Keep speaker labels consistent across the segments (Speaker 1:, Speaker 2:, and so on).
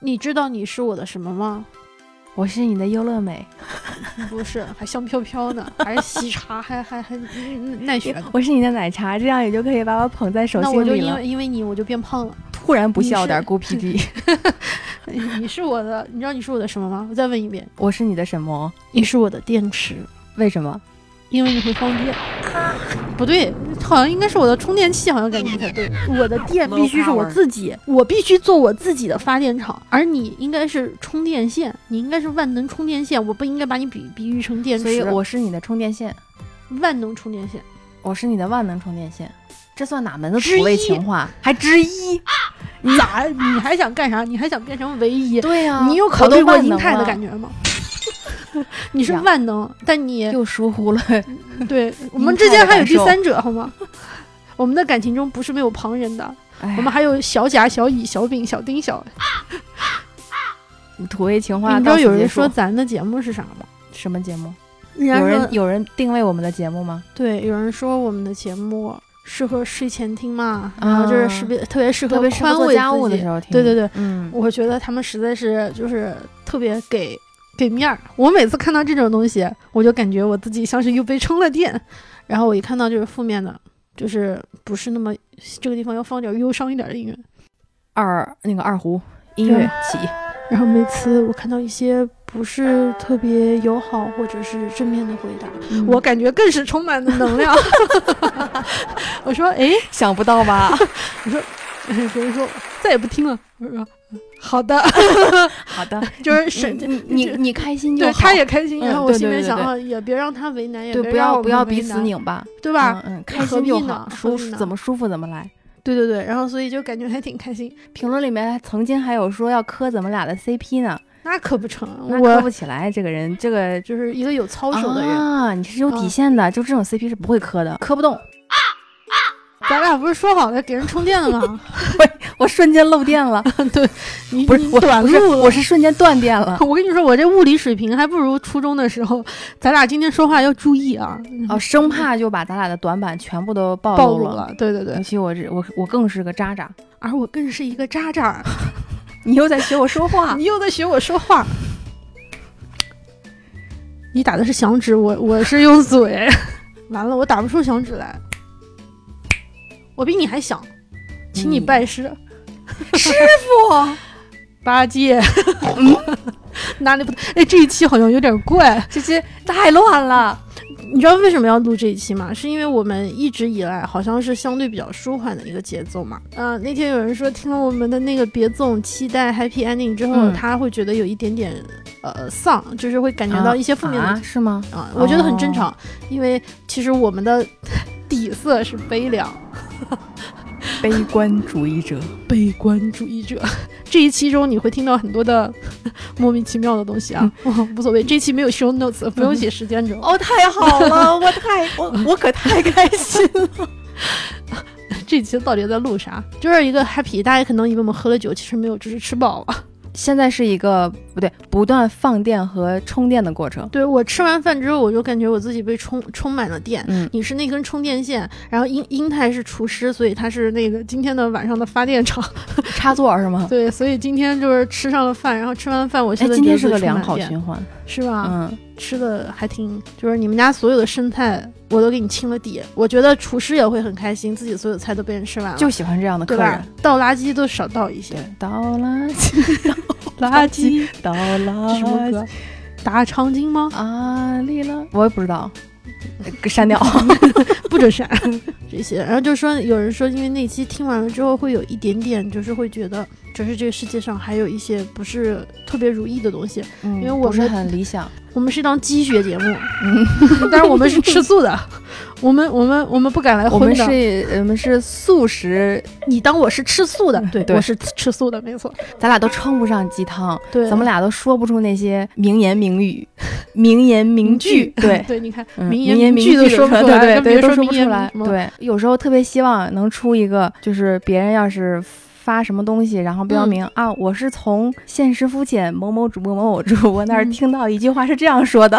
Speaker 1: 你知道你是我的什么吗？
Speaker 2: 我是你的优乐美，
Speaker 1: 不是，还香飘飘呢，还是喜茶， 还还还嗯奈雪呢。
Speaker 2: 我是你的奶茶，这样也就可以把我捧在手
Speaker 1: 那
Speaker 2: 心
Speaker 1: 我就
Speaker 2: 里
Speaker 1: 因
Speaker 2: 哦了。
Speaker 1: 为因为你，我就变胖了。
Speaker 2: 突然不
Speaker 1: 你
Speaker 2: 笑，有
Speaker 1: 是
Speaker 2: 点孤 僻地。
Speaker 1: 你是我的，你知道你是我的什么吗？我再问一遍，
Speaker 2: 我是你的什么？
Speaker 1: 你是我的电池，
Speaker 2: 为什么？
Speaker 1: 因为你会放电。
Speaker 2: 啊
Speaker 1: 不对，好像应该是我的充电器，好像感觉不太对。我的电
Speaker 3: Low
Speaker 1: 必须是我
Speaker 3: power
Speaker 1: 自己，我必须做我自己的发电厂，而你应该是充电线，你应该是万能充电线，我不应该把你比比喻成电池。
Speaker 2: 所以我是你的充电线，
Speaker 1: 万能充电线。
Speaker 2: 我是你的万能充电线。这算哪门子
Speaker 1: 之
Speaker 2: 土
Speaker 1: 一
Speaker 2: 味
Speaker 1: 啊
Speaker 2: 情话？还之一？
Speaker 1: 咋？你还想干啥？你还想变成唯一？
Speaker 2: 嗯对啊呀、
Speaker 1: 你有
Speaker 2: 我
Speaker 1: 考
Speaker 2: 都
Speaker 1: 虑过
Speaker 2: 万
Speaker 1: 银
Speaker 2: 能
Speaker 1: 泰的
Speaker 2: 了
Speaker 1: 感觉吗？ 你是
Speaker 2: 呀
Speaker 1: 万能，但你
Speaker 2: 又疏忽 了。
Speaker 1: 对我们
Speaker 2: 银
Speaker 1: 之
Speaker 2: 泰
Speaker 1: 间
Speaker 2: 的
Speaker 1: 还有
Speaker 2: 感
Speaker 1: 第
Speaker 2: 受
Speaker 1: 三者，好吗？ 我们的感情中不是没有旁人的，
Speaker 2: 哎呀
Speaker 1: 我们还有小贾、小乙、小丙、小丁、小。哎
Speaker 2: 土味情话
Speaker 1: 你知
Speaker 2: 到
Speaker 1: 道
Speaker 2: 此结束。
Speaker 1: 有人说咱的节目是啥吗？
Speaker 2: 什么节目？
Speaker 1: 人家
Speaker 2: 有人
Speaker 1: 说
Speaker 2: 有人定位我们的节目吗？
Speaker 1: 对，有人说我们的节目适合睡前听嘛，然后就是
Speaker 2: 啊
Speaker 1: 是别特别适
Speaker 2: 特
Speaker 1: 合
Speaker 2: 别是
Speaker 1: 宽
Speaker 2: 做
Speaker 1: 慰
Speaker 2: 家务
Speaker 1: 自
Speaker 2: 的
Speaker 1: 己
Speaker 2: 时。候听。
Speaker 1: 对对对，
Speaker 2: 嗯，
Speaker 1: 我觉得他们实在是就是特别给给面儿。我每次看到这种东西，我就感觉我自己像是又被充了电。然后我一看到就是负面的，就是不是那么这个地方要放点忧伤一点的音乐。
Speaker 2: 二那个二胡音乐起。
Speaker 1: 然后每次我看到一些不是特别友好或者是正面的回答，
Speaker 2: 嗯
Speaker 1: 我感觉更是充满了能量。 我说，哎，
Speaker 2: 想不到 吧？
Speaker 1: 别人说再也不听了。我说好 的，
Speaker 2: 好的，
Speaker 1: 就是神，
Speaker 2: 你嗯你你开心就
Speaker 1: 对，
Speaker 2: 好。
Speaker 1: 他也开心。
Speaker 2: 嗯
Speaker 1: 然后我
Speaker 2: 对
Speaker 1: 心里
Speaker 2: 对
Speaker 1: 面
Speaker 2: 对
Speaker 1: 想
Speaker 2: 对
Speaker 1: 啊，也别让他为难，也
Speaker 2: 对，
Speaker 1: 别
Speaker 2: 不
Speaker 1: 让
Speaker 2: 要
Speaker 1: 我
Speaker 2: 不
Speaker 1: 们
Speaker 2: 要
Speaker 1: 为
Speaker 2: 彼此
Speaker 1: 难，
Speaker 2: 拧巴，
Speaker 1: 对吧？
Speaker 2: 嗯嗯，
Speaker 1: 何
Speaker 2: 开心就
Speaker 1: 必呢何
Speaker 2: 好，舒
Speaker 1: 必呢
Speaker 2: 怎么舒服怎么来。
Speaker 1: 对对对，然后所以就感觉还挺开心。
Speaker 2: 评论里面曾经还有说要磕咱们俩的 CP 呢，
Speaker 1: 那可不成，
Speaker 2: 那磕
Speaker 1: 我
Speaker 2: 不起来。这个人，这个
Speaker 1: 就是一个有操守的人。嗯
Speaker 2: 啊，你是有底线的，就这种 CP 是不会磕的，磕 不动。
Speaker 1: 咱俩不是说好了给人充电的 吗？
Speaker 2: 我瞬间漏 电了，
Speaker 1: 你
Speaker 2: 不是
Speaker 1: 你
Speaker 2: 我
Speaker 1: 短
Speaker 2: 不是
Speaker 1: 路了。。
Speaker 2: 我是瞬间断电了
Speaker 1: 我跟你说，我这物理水平还不如初中的时候。 咱俩今天说话要注意啊，
Speaker 2: 哦，生怕就把咱俩的短板全部都暴
Speaker 1: 暴露
Speaker 2: 了。
Speaker 1: 了。对对对
Speaker 2: 尤，其我这我我更是个渣渣，
Speaker 1: 而我更是一个渣 渣，
Speaker 2: 你又在学我说 话
Speaker 1: 你又在学我说话。 你打的是响指，我我是用嘴。 完了，我打不出响指来，我比你还响，请你
Speaker 2: 嗯
Speaker 1: 拜师。
Speaker 2: 师傅，
Speaker 1: 八戒， 哪里不对？哎，这一期好像有点怪。
Speaker 2: 这些太乱了。
Speaker 1: 你知道为什么要录这一期吗？是因为我们一直以来好像是相对比较舒缓的一个节奏嘛。嗯、那天有人说听了我们的那个别总期待 Happy Ending 之后，
Speaker 2: 嗯
Speaker 1: 他会觉得有一点点呃丧，就是会感觉到一些负面的
Speaker 2: 啊？哦是吗？
Speaker 1: 啊我觉得很正常，因为其实我们的 底色是悲凉。
Speaker 2: 悲观主义者，
Speaker 1: 悲观主义者。 这一期中你会听到很多的 莫名其妙的东西啊，
Speaker 2: 嗯
Speaker 1: 无所谓。这一期没有 show notes，不用写时间轴。
Speaker 2: 哦，太好了， 我太我我可太开心了。
Speaker 1: 这一期到底在录啥？就是一个 happy，大家可能以为我们喝了酒，其实没有，只是吃饱了。
Speaker 2: 现在是一个不对，不断放电和充电的过程。
Speaker 1: 对我吃完饭之后，我就感觉我自己被充充满了电。
Speaker 2: 嗯，
Speaker 1: 你是那根充电线，然后英英泰是厨师，所以他是那个今天的晚上的发电厂。
Speaker 2: 插座是吗？
Speaker 1: 对，所以今天就是吃上了饭，然后吃完饭我
Speaker 2: 哎
Speaker 1: 现，在
Speaker 2: 今
Speaker 1: 觉得自
Speaker 2: 天是
Speaker 1: 己
Speaker 2: 个
Speaker 1: 充满
Speaker 2: 良好
Speaker 1: 电
Speaker 2: 循环。
Speaker 1: 是吧？
Speaker 2: 嗯，
Speaker 1: 吃的还挺，就是你们家所有的剩菜我都给你清了底。我觉得厨师也会很开心，自己所有菜都被人吃完了，
Speaker 2: 就喜欢这样的客
Speaker 1: 对吧
Speaker 2: 人。？
Speaker 1: 倒垃圾都少倒一些
Speaker 2: 对，，倒垃圾，垃圾，倒垃
Speaker 1: 这
Speaker 2: 圾。
Speaker 1: 什么歌？大长今吗？
Speaker 2: 啊，丽了，我也不知道，给删 掉。
Speaker 1: 不准删 这些。然后就说有人说，因为那期听完了之后，会有一点点，就是会觉得，就是这个世界上还有一些不是特别如意的东西。
Speaker 2: 嗯因
Speaker 1: 因为我
Speaker 2: 不是
Speaker 1: 们
Speaker 2: 很理 想，
Speaker 1: 我们是一档鸡血节目， 但是我们是吃素的，我们我们我们不敢来
Speaker 2: 我
Speaker 1: 荤
Speaker 2: 们
Speaker 1: 的。
Speaker 2: 是我们是素食，
Speaker 1: 你当我是吃素的，嗯对
Speaker 2: 对
Speaker 1: 我是吃素的，没错。
Speaker 2: 咱俩都称不上鸡汤，
Speaker 1: 对，啊
Speaker 2: 咱们俩都说不出那些名言名语、名言 名句，对。
Speaker 1: 对，你看
Speaker 2: 嗯
Speaker 1: 名
Speaker 2: 言
Speaker 1: 名
Speaker 2: 名
Speaker 1: 句都
Speaker 2: 都
Speaker 1: 说不
Speaker 2: 不
Speaker 1: 出
Speaker 2: 对
Speaker 1: 来，
Speaker 2: 对
Speaker 1: 更别
Speaker 2: 对，都
Speaker 1: 说
Speaker 2: 说
Speaker 1: 名
Speaker 2: 不
Speaker 1: 言
Speaker 2: 出来。
Speaker 1: 名句了，
Speaker 2: 对，有时候特别希望能出一个，就是别人要是发什么东西，然后标
Speaker 1: 嗯
Speaker 2: 明、啊，我是从现实肤浅某某主播某某主播那儿
Speaker 1: 嗯
Speaker 2: 听到一句 话 是这样说的，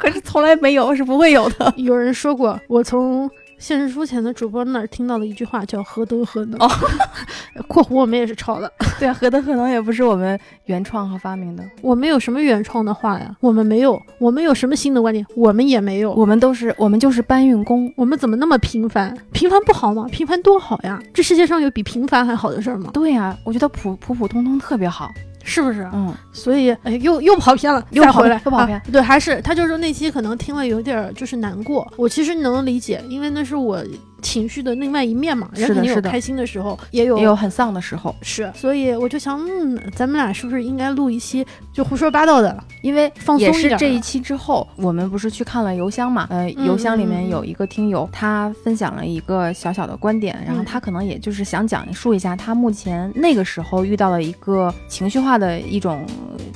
Speaker 2: 可是从来没有，是不会有的。
Speaker 1: 有人说过，我从现实肤浅的主播那儿听到的一句话叫“何德何能”，
Speaker 2: 哦
Speaker 1: 括弧我们也是抄的。
Speaker 2: 对啊，何德何能也不是我们原创和发明的，
Speaker 1: 我们有什么原创的话呀？我们没有。我们有什么新的观点？我们也没有。
Speaker 2: 我们都是我们就是搬运工。
Speaker 1: 我们怎么那么平凡？平凡不好吗？平凡多好呀！这世界上有比平凡还好的事儿吗？
Speaker 2: 对呀、啊我觉得普普普通通特别好。
Speaker 1: 是不是？啊
Speaker 2: 嗯，
Speaker 1: 所以，哎，又又跑偏了，
Speaker 2: 又
Speaker 1: 再
Speaker 2: 跑
Speaker 1: 回来，
Speaker 2: 又跑偏
Speaker 1: 啊。对，还是他就是说那期可能听了有点儿就是难过，我其实能理解，因为那是我情绪的另外一面嘛。人
Speaker 2: 是的
Speaker 1: 肯定有
Speaker 2: 是的
Speaker 1: 开心的时候，也有
Speaker 2: 也有很丧的时候，
Speaker 1: 是，所以我就想，嗯，咱们俩是不是应该录一期就胡说八道的？
Speaker 2: 因为
Speaker 1: 放松
Speaker 2: 也
Speaker 1: 一
Speaker 2: 是
Speaker 1: 点
Speaker 2: 这
Speaker 1: 儿啊
Speaker 2: 一期之后，我们不是去看了邮箱嘛？呃，
Speaker 1: 嗯
Speaker 2: 邮箱里
Speaker 1: 嗯嗯
Speaker 2: 面有一个听友，他分享了一个小小的观点，然后
Speaker 1: 嗯
Speaker 2: 他可能也就是想讲述一下他目前那个时候遇到的一个情绪化的一种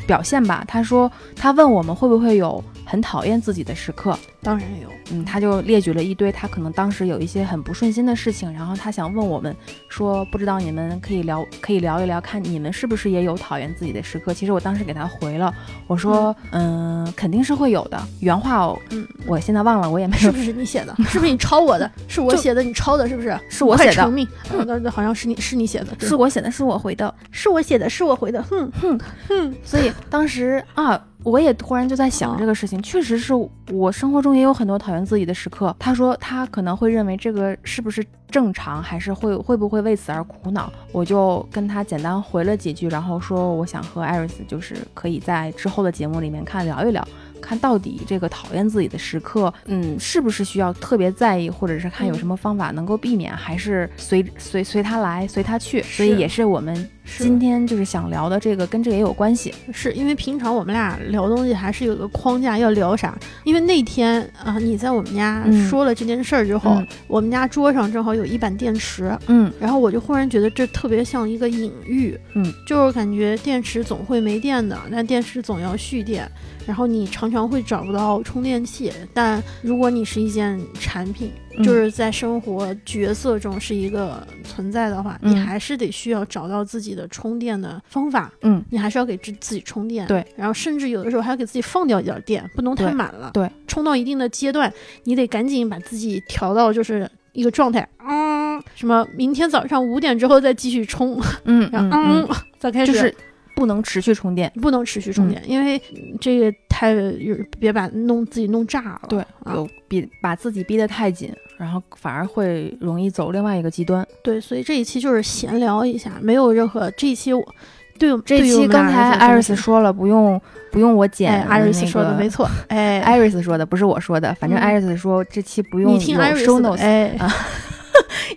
Speaker 2: 表现吧。他说，他问我们会不会有很讨厌自己的时刻，
Speaker 1: 当然有，
Speaker 2: 嗯，他就列举了一堆他可能当时有一些很不顺心的事情，然后他想问我们说，不知道你们可以聊，可以聊一聊，看你们是不是也有讨厌自己的时刻。其实我当时给他回了，我说，嗯、肯定是会有的。原话哦，
Speaker 1: 嗯
Speaker 2: 我现在忘了，我 也没
Speaker 1: 是
Speaker 2: 有，
Speaker 1: 不是你写的？是不是你抄我的？是我
Speaker 2: 就
Speaker 1: 写的，你抄的，是不是？
Speaker 2: 是我
Speaker 1: 快
Speaker 2: 写的
Speaker 1: 成，命，嗯那、那好像是你是你写的，对
Speaker 2: 是我写的，是我回的。
Speaker 1: 是我写的，是我回的，哼
Speaker 2: 哼
Speaker 1: 哼，
Speaker 2: 所以当时啊，我也突然就在想
Speaker 1: 啊
Speaker 2: 这个事情，确实是我生活中也有很多讨厌自己的时刻。他说他可能会认为这个是不是正常，还是会会不会为此而苦恼。我就跟他简单回了几句，然后说我想和艾瑞斯就是可以在之后的节目里面看聊一聊。看到底这个讨厌自己的时刻，嗯，是不是需要特别在意，或者是看有
Speaker 1: 嗯
Speaker 2: 什么方法能够避免，还是随随随他来，随他去？所
Speaker 1: 是
Speaker 2: 以也是我们
Speaker 1: 是
Speaker 2: 今天就是想聊的这个，跟这个也有关系。
Speaker 1: 是因为平常我们俩聊东西还是有个框架，要聊啥？因为那天啊、你在我们家
Speaker 2: 嗯
Speaker 1: 说了这件事儿之后，
Speaker 2: 嗯
Speaker 1: 我们家桌上正好有一板电池，
Speaker 2: 嗯
Speaker 1: 然后我就忽然觉得这特别像一个隐喻，
Speaker 2: 嗯，
Speaker 1: 就是感觉电池总会没电的，但电池总要蓄电，然后你常常会找不到充电器，但如果你是一件产品，
Speaker 2: 嗯
Speaker 1: 就是在生活角色中是一个存在的话，
Speaker 2: 嗯
Speaker 1: 你还是得需要找到自己的充电的方法，
Speaker 2: 嗯，
Speaker 1: 你还是要给自自己充电，
Speaker 2: 对，
Speaker 1: 然后甚至有的时候还要给自己放掉一点电，不能太
Speaker 2: 对
Speaker 1: 满了，
Speaker 2: 对
Speaker 1: 充到一定的阶段，你得赶紧把自己调到就是一个状态，嗯，什么明天早上五点之后再继续充，
Speaker 2: 嗯
Speaker 1: 然
Speaker 2: 嗯
Speaker 1: 后嗯
Speaker 2: 嗯，
Speaker 1: 再开始，
Speaker 2: 就是不能持续充电。
Speaker 1: 不能持续充电，因为嗯这个太别把弄自己弄炸了，
Speaker 2: 对，
Speaker 1: 啊
Speaker 2: 有逼把自己逼得太紧，然后反而会容易走另外一个极端。
Speaker 1: 对，所以这一期就是闲聊一下，没有任何这一期我对我
Speaker 2: 这
Speaker 1: 对于我
Speaker 2: 期
Speaker 1: 们
Speaker 2: 刚
Speaker 1: 俩
Speaker 2: 才
Speaker 1: 来
Speaker 2: 艾瑞
Speaker 1: 说
Speaker 2: 斯
Speaker 1: 真的是
Speaker 2: 说了，不用不用我剪、
Speaker 1: 哎，艾瑞斯说的没
Speaker 2: 错，
Speaker 1: 错，哎，
Speaker 2: 艾瑞斯说的不是我说的，反正
Speaker 1: 嗯
Speaker 2: 艾瑞斯说这期不用
Speaker 1: 你
Speaker 2: 有
Speaker 1: 听艾瑞
Speaker 2: show
Speaker 1: 斯的，
Speaker 2: notes，啊
Speaker 1: 哎，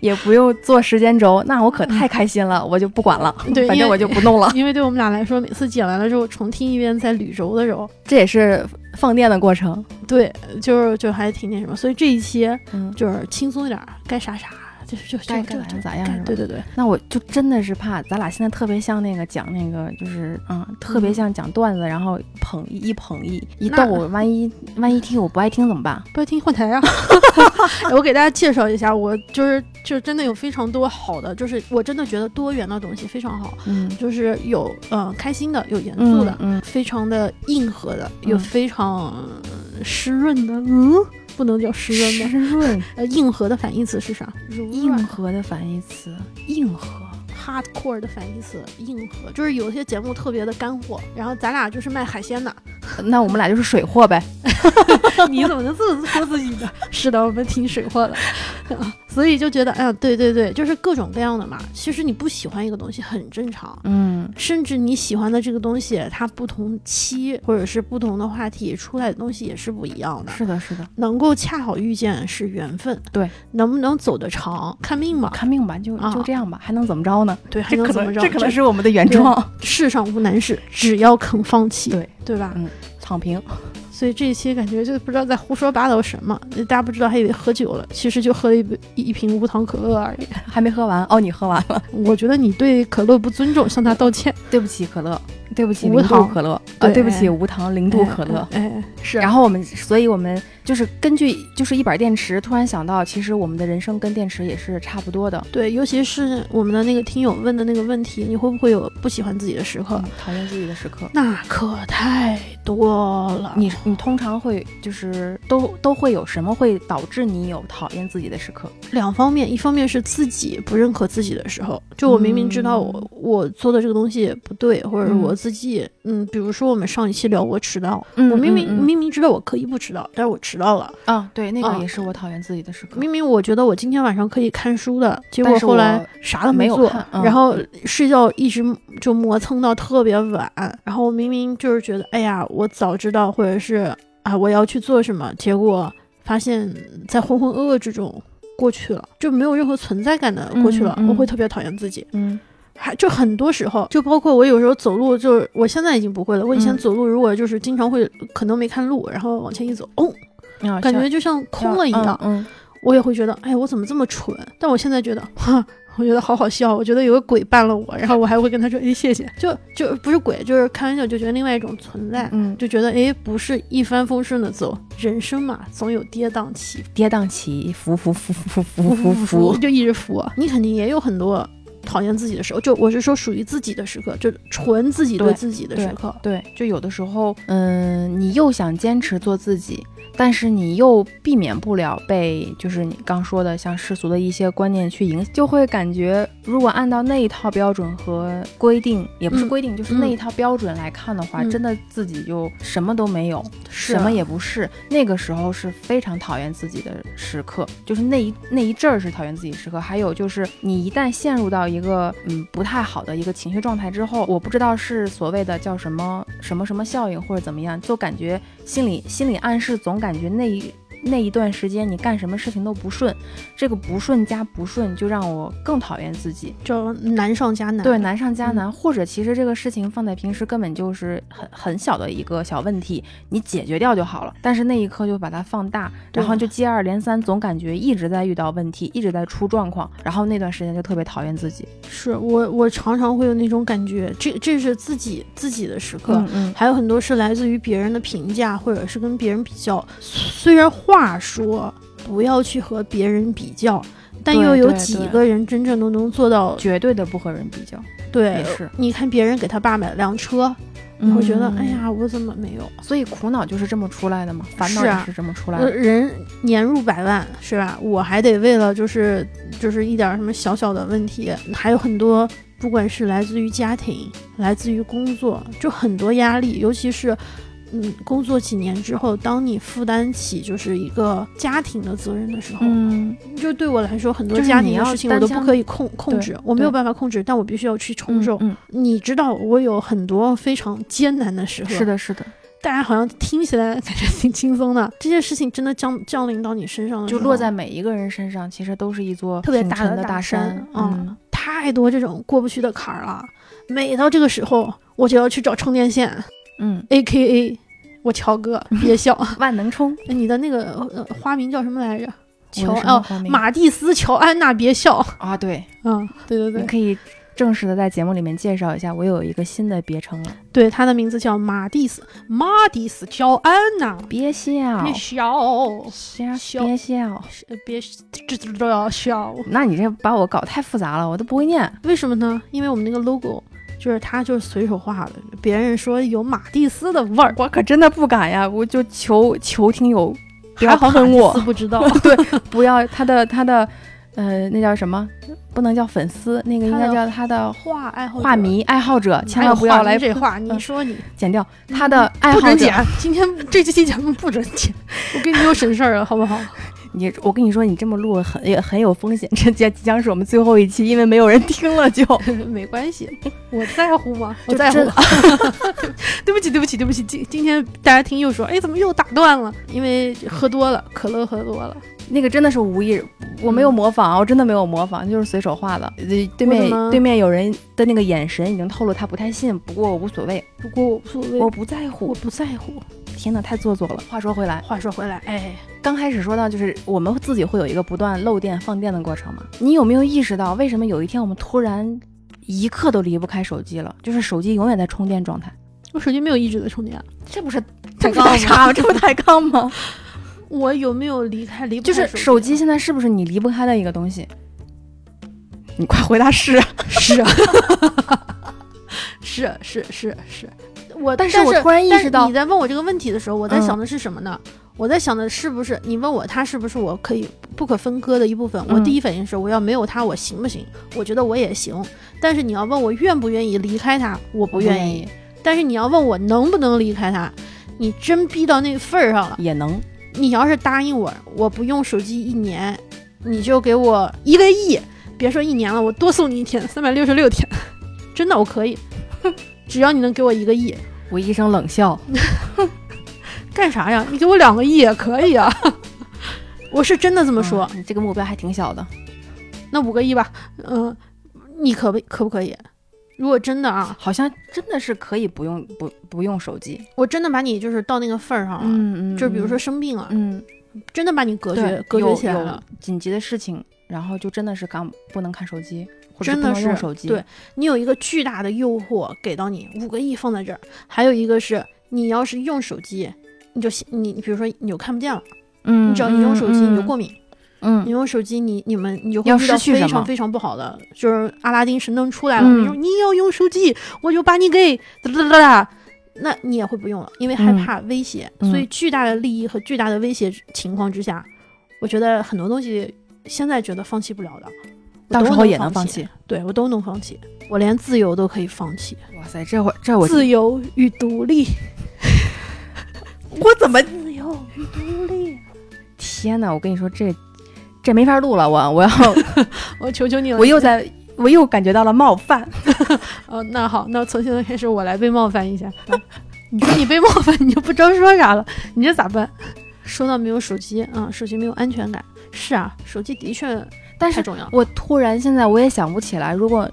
Speaker 2: 也不用做时间轴，那我可太开心了，我就不管了，
Speaker 1: 嗯对
Speaker 2: 反
Speaker 1: 因为
Speaker 2: 正我就不弄了。
Speaker 1: 因为对我们俩来说，每次剪完了之后重听一遍在捋轴的时 候，
Speaker 2: 这也是放电的过程。
Speaker 1: 对，就是就还挺那什么，所以这一期
Speaker 2: 嗯，
Speaker 1: 就是轻松一点儿，该啥啥，就是就就
Speaker 2: 该
Speaker 1: 就
Speaker 2: 干
Speaker 1: 就
Speaker 2: 啥咋样
Speaker 1: 该
Speaker 2: 是吧
Speaker 1: 对对对，
Speaker 2: 那我就真的是怕咱俩现在特别像那个讲那个，就是嗯，特别像讲段子，然后捧一一捧一一
Speaker 1: 那
Speaker 2: 逗我，万一万一听我不爱听怎么办？
Speaker 1: 不要听换台 啊！ 哎我给大家介绍一下，我就是就是真的有非常多好的，就是我真的觉得多元的东西非常好，
Speaker 2: 嗯，
Speaker 1: 就是有嗯、呃开心的，有严肃
Speaker 2: 嗯
Speaker 1: 的，
Speaker 2: 嗯
Speaker 1: 非常的硬核的，有
Speaker 2: 嗯
Speaker 1: 非常呃湿润的，嗯，不能叫湿润吧？
Speaker 2: 湿润
Speaker 1: 呃，硬核的反义词是啥？柔
Speaker 2: 硬核的反义词，硬 核
Speaker 1: hardcore 的反义词，硬核，就是有些节目特别的干货，然后咱俩就是卖海鲜 的。
Speaker 2: 那我们俩就是水货呗。
Speaker 1: 你怎么能这么说自己呢？是的，我们挺水货的， 所以就觉得，哎呀，对对对，就是各种各样的嘛。其实你不喜欢一个东西很正常，
Speaker 2: 嗯
Speaker 1: 甚至你喜欢的这个东西，它不同期或者是不同的话题出来的东西也是不一样的。
Speaker 2: 是的，是的，
Speaker 1: 能够恰好遇见是缘分，
Speaker 2: 对，
Speaker 1: 能不能走得长看命嘛。
Speaker 2: 看命吧，就
Speaker 1: 啊
Speaker 2: 就这样吧，还能怎么着呢？
Speaker 1: 对，还
Speaker 2: 嗯这
Speaker 1: 能
Speaker 2: 可
Speaker 1: 怎么
Speaker 2: 能
Speaker 1: 着？
Speaker 2: 这可能是我们的原
Speaker 1: 对
Speaker 2: 创。
Speaker 1: 世上无难事，只要肯放弃，
Speaker 2: 对嗯
Speaker 1: 对吧？
Speaker 2: 躺平，
Speaker 1: 所以这一期感觉就不知道在胡说八道什么，大家不知道还以为喝酒了，其实就喝了一杯一瓶无糖可乐而已。
Speaker 2: 还没喝完哦，你喝完了，
Speaker 1: 我觉得你对可乐不尊重，向他道歉。
Speaker 2: 对不起，可乐。对不起，
Speaker 1: 无
Speaker 2: 零度
Speaker 1: 糖
Speaker 2: 可乐啊，
Speaker 1: 对
Speaker 2: 对不起，无糖零度可乐。
Speaker 1: 哎，哎是，
Speaker 2: 然后我们，所以我们就是根据就是一板电池，突然想到，其实我们的人生跟电池也是差不多的。
Speaker 1: 对，尤其是我们的那个听友问的那个问题，你会不会有不喜欢自己的时刻？
Speaker 2: 嗯讨厌自己的时刻，
Speaker 1: 那可太多了。
Speaker 2: 你你通常会就是都都会有什么会导致你有讨厌自己的时刻？
Speaker 1: 两方面，一方面是自己不认可自己的时候，就我明明知道我、
Speaker 2: 嗯
Speaker 1: 我做的这个东西不对，或者是
Speaker 2: 嗯
Speaker 1: 我自己，嗯，比如说我们上一期聊过迟到，
Speaker 2: 嗯
Speaker 1: 我明明、
Speaker 2: 嗯嗯
Speaker 1: 明明知道我可以不迟到，但是我迟到了。
Speaker 2: 啊，对，那
Speaker 1: 啊
Speaker 2: 个也是我讨厌自己的时刻。
Speaker 1: 明明我觉得我今天晚上可以看书的，结果
Speaker 2: 但是
Speaker 1: 后来
Speaker 2: 我
Speaker 1: 啥都
Speaker 2: 没有
Speaker 1: 做
Speaker 2: 看，嗯
Speaker 1: 然后睡觉一直就磨蹭到特别晚，然后我明明就是觉得，哎呀，我早知道，或者是啊，我要去做什么，结果发现在浑浑噩噩之中过去了，就没有任何存在感的过去了，
Speaker 2: 嗯嗯
Speaker 1: 我会特别讨厌自己。
Speaker 2: 嗯，
Speaker 1: 还就很多时候，就包括我有时候走路，就是我现在已经不会了。我以前
Speaker 2: 嗯
Speaker 1: 走路，如果就是经常会可能没看路，然后往前一走，哦，
Speaker 2: 啊
Speaker 1: 感
Speaker 2: 像
Speaker 1: 觉就像空了一
Speaker 2: 像
Speaker 1: 样。
Speaker 2: 嗯，
Speaker 1: 我也会觉得，哎，我怎么这么蠢？但我现在觉得，哈，我觉得好好笑，我觉得有个鬼伴了我，然后我还会跟他说，哎，谢谢，就就不是鬼，就是开玩笑，就觉得另外一种存在，
Speaker 2: 嗯，
Speaker 1: 就觉得，哎，不是一帆风顺的走，人生嘛，总有跌宕起
Speaker 2: 跌宕起伏，伏伏伏伏
Speaker 1: 伏，
Speaker 2: 伏伏。
Speaker 1: 就一直伏。你肯定也有很多讨厌自己的时候，就我是说属于自己的时刻，就纯自己对
Speaker 2: 对
Speaker 1: 自己的
Speaker 2: 对
Speaker 1: 时刻，
Speaker 2: 对，就有的时候，嗯，你又想坚持做自己，但是你又避免不了被，就是你刚说的，像世俗的一些观念去影，就会感觉，如果按照那一套标准和规定，也不是
Speaker 1: 嗯
Speaker 2: 规定，就是
Speaker 1: 嗯
Speaker 2: 那一套标准来看的话，
Speaker 1: 嗯
Speaker 2: 真的自己就什么都没有，
Speaker 1: 是
Speaker 2: 什么也不是。那个时候是非常讨厌自己的时刻，就是那一那一阵儿是讨厌自己时刻。还有就是，你一旦陷入到一个嗯不太好的一个情绪状态之后，我不知道是所谓的叫什么什么什么效应或者怎么样，就感觉心理心理暗示，总感觉那一。那一段时间，你干什么事情都不顺，这个不顺加不顺，就让我更讨厌自己。
Speaker 1: 就难上加难。
Speaker 2: 对，难上加
Speaker 1: 嗯
Speaker 2: 难，或者其实这个事情放在平时根本就是很很小的一个小问题，你解决掉就好了。但是那一刻就把它放大，
Speaker 1: 对
Speaker 2: 然后就接二连三，总感觉一直在遇到问题，一直在出状况，然后那段时间就特别讨厌自己。
Speaker 1: 是我我常常会有那种感觉，这这是自己自己的时刻。
Speaker 2: 嗯
Speaker 1: 还有很多是来自于别人的评价，或者是跟别人比较。虽然话说不要去和别人比较，但
Speaker 2: 对
Speaker 1: 又有
Speaker 2: 对
Speaker 1: 几
Speaker 2: 对
Speaker 1: 个人真正都能做到？
Speaker 2: 绝对的不和人比较，
Speaker 1: 对
Speaker 2: 也是，
Speaker 1: 你看别人给他爸买了辆车，你会觉
Speaker 2: 嗯
Speaker 1: 得、哎，呀，我怎么没有？
Speaker 2: 所以苦恼就是这么出来的嘛，烦恼
Speaker 1: 是
Speaker 2: 也
Speaker 1: 啊
Speaker 2: 是这么出来
Speaker 1: 呃
Speaker 2: 的。
Speaker 1: 人年入百万是吧？我还得为了就是就是一点儿什么小小的问题，还有很多，不管是来自于家庭，来自于工作，就很多压力，尤其是。嗯，工作几年之后，当你负担起就是一个家庭的责任的时候，
Speaker 2: 嗯，
Speaker 1: 就对我来说，很多
Speaker 2: 就是
Speaker 1: 家
Speaker 2: 你
Speaker 1: 庭的
Speaker 2: 要
Speaker 1: 事情
Speaker 2: 担
Speaker 1: 我都
Speaker 2: 当
Speaker 1: 不可以控控
Speaker 2: 对
Speaker 1: 制，我没有
Speaker 2: 对
Speaker 1: 办法控制，但我必须要去承
Speaker 2: 嗯
Speaker 1: 受。
Speaker 2: 嗯，
Speaker 1: 你知道，我有很多非常艰难的时刻，
Speaker 2: 是的，是的，
Speaker 1: 大家好像听起来感觉挺轻松的，这些事情真的降降临到你身上的时
Speaker 2: 就
Speaker 1: 候，
Speaker 2: 落在每一个人身上，其实都是一座
Speaker 1: 特别
Speaker 2: 挺
Speaker 1: 大
Speaker 2: 沉
Speaker 1: 的
Speaker 2: 的
Speaker 1: 大
Speaker 2: 山。
Speaker 1: 嗯，
Speaker 2: 嗯，
Speaker 1: 太多这种过不去的坎儿了。每到这个时候，我就要去找充电线
Speaker 2: 嗯，
Speaker 1: ，A K A 我乔 哥，别笑，
Speaker 2: 万能充。
Speaker 1: 你的那个、呃、花名叫什么来着？乔
Speaker 2: 我的什么
Speaker 1: 哦
Speaker 2: 花，名
Speaker 1: 马蒂斯乔安娜，别笑。
Speaker 2: 啊，对，
Speaker 1: 嗯，对对
Speaker 2: 你
Speaker 1: 对，
Speaker 2: 可以正式的在节目里面介绍一下，我有一个新的别称了，
Speaker 1: 对，他的名字叫马蒂斯，马蒂斯乔安娜，
Speaker 2: 别笑，
Speaker 1: 别笑，
Speaker 2: 笑
Speaker 1: 笑
Speaker 2: 别笑。
Speaker 1: 呃别这这都要笑。
Speaker 2: 那你这把我搞太复杂了，我都不会念。
Speaker 1: 为什么呢？因为我们那个 logo 就是他就是随手画的，别人说有马蒂斯的味儿，
Speaker 2: 我可真的不敢呀，我就求求听友
Speaker 1: 还
Speaker 2: 不要
Speaker 1: 好
Speaker 2: 喷
Speaker 1: 马蒂
Speaker 2: 我
Speaker 1: 斯，不知 道，
Speaker 2: 对，不要他的他的，呃，那叫什么？不能叫粉丝，那个应该
Speaker 1: 他的
Speaker 2: 叫他的
Speaker 1: 画爱好者
Speaker 2: 画，迷爱好者，嗯千万
Speaker 1: 还
Speaker 2: 不
Speaker 1: 有
Speaker 2: 要
Speaker 1: 画迷
Speaker 2: 来
Speaker 1: 这话，你
Speaker 2: 嗯
Speaker 1: 说你
Speaker 2: 剪掉他的爱
Speaker 1: 不
Speaker 2: 好
Speaker 1: 准
Speaker 2: 者
Speaker 1: 剪。，今天这期节目不准剪，我跟你有省事
Speaker 2: 啊
Speaker 1: 儿了，好不好？
Speaker 2: 你，我跟你说，你这么录很也很有风险，这将即将是我们最后一期，因为没有人听了就。
Speaker 1: 没关系，我在乎吗？我
Speaker 2: 就
Speaker 1: 在乎
Speaker 2: 真。
Speaker 1: 对不起，对不起，对不起，今今天大家听又说，哎，怎么又打断了？因为喝多了，可乐喝多了。
Speaker 2: 那个真的是无意，我没有模仿，我真的没有模仿，就是随手画的。呃对
Speaker 1: 嗯我
Speaker 2: 面
Speaker 1: 怎么
Speaker 2: 对面有人的那个眼神已经透露他不太信，不过我无所谓，
Speaker 1: 不过我无所谓，
Speaker 2: 我
Speaker 1: 我
Speaker 2: 不在乎
Speaker 1: 我。不在乎。
Speaker 2: 天呐，太做作了。话说回来，
Speaker 1: 话说回来，哎，
Speaker 2: 刚开始说到就是我们自己会有一个不断漏电放电的过程嘛，你有没有意识到为什么有一天我们突然？一刻都离不开手机了，就是手机永远在充电状态。
Speaker 1: 我手机没有一直在充电，啊
Speaker 2: 这不是
Speaker 1: 这
Speaker 2: 抬
Speaker 1: 不是大
Speaker 2: 杠
Speaker 1: 傻
Speaker 2: 吗？这不抬杠吗？
Speaker 1: 我有没有离开离不
Speaker 2: 就
Speaker 1: 开
Speaker 2: 是手 机现在是不是你离不开的一个东西？你快回答是啊。
Speaker 1: 是啊， 是啊是啊是啊是啊，我
Speaker 2: 但
Speaker 1: 但
Speaker 2: 是我突然意
Speaker 1: 但
Speaker 2: 识到
Speaker 1: 你在问我这个问题的时候，我在
Speaker 2: 嗯
Speaker 1: 想的是什么呢？我在想的是不是你问我它是不是我可以不可分割的一部分？我
Speaker 2: 嗯
Speaker 1: 第一反应是我要没有它我行不行？我觉得我也行，但是你要问我愿不愿意离开它，我不愿意。，
Speaker 2: 嗯
Speaker 1: 但是你要问我能不能离开它，你真逼到那份儿上了，
Speaker 2: 啊也能。
Speaker 1: 你要是答应我，我不用手机一年，你就给我一个亿，别说一年了，我多送你一天，三百六十六天，真的我可以，只要你能给我一个亿，
Speaker 2: 我一声冷笑，
Speaker 1: 干啥呀？你给我两个亿也可以啊。我是真的这么说，
Speaker 2: 嗯你这个目标还挺小的。
Speaker 1: 那五个亿吧，嗯、你可不可不可以？如果真的啊，
Speaker 2: 好像真的是可以不用不不用手机。
Speaker 1: 我真的把你就是到那个份儿上了，
Speaker 2: 嗯
Speaker 1: 就是比如说，生病了，
Speaker 2: 嗯，
Speaker 1: 真的把你隔绝
Speaker 2: 对
Speaker 1: 隔绝
Speaker 2: 有
Speaker 1: 起来
Speaker 2: 有
Speaker 1: 了。
Speaker 2: 紧急的事情，然后就真的是刚不能看手机，或者
Speaker 1: 真
Speaker 2: 不
Speaker 1: 的
Speaker 2: 能用
Speaker 1: 是
Speaker 2: 手机。
Speaker 1: 对，你有一个巨大的诱惑给到你，五个亿放在这儿，还有一个是你要是用手机，你就信你你比如说你就看不见了，
Speaker 2: 嗯，
Speaker 1: 你只要一用手机你就
Speaker 2: 嗯
Speaker 1: 过敏，
Speaker 2: 嗯
Speaker 1: 你用手机你你们你就会
Speaker 2: 要
Speaker 1: 遇到
Speaker 2: 失去
Speaker 1: 非
Speaker 2: 什
Speaker 1: 常
Speaker 2: 么
Speaker 1: 非常不好的，就是阿拉丁神灯出来了，
Speaker 2: 嗯
Speaker 1: 你说你要用手机，我就把你给哒哒哒哒。那你也会不用了，因为害
Speaker 2: 嗯
Speaker 1: 怕威胁，
Speaker 2: 嗯
Speaker 1: 所以巨大的利益和巨大的威胁情况之下，我觉得很多东西现在觉得放弃不了的，我
Speaker 2: 到
Speaker 1: 都
Speaker 2: 时候也能
Speaker 1: 能
Speaker 2: 放
Speaker 1: 弃。
Speaker 2: 弃。
Speaker 1: 对我都能放弃，我连自由都可以放弃，
Speaker 2: 哇塞，这会这我
Speaker 1: 自由与独立，
Speaker 2: 我怎么
Speaker 1: 自由与独立，
Speaker 2: 天呐，我跟你说这这没法录了，我我要
Speaker 1: 我求求你了，
Speaker 2: 我又在我又感觉到了冒犯。
Speaker 1: 哦，那好，那从现在开始我来被冒犯一下。 嗯你说你被冒犯，你就不知道说啥了，你这咋办？说到没有手机啊、手机没有安全感，是啊，手机的确太
Speaker 2: 但是
Speaker 1: 重要了。
Speaker 2: 我突然现在我也想不起来，如果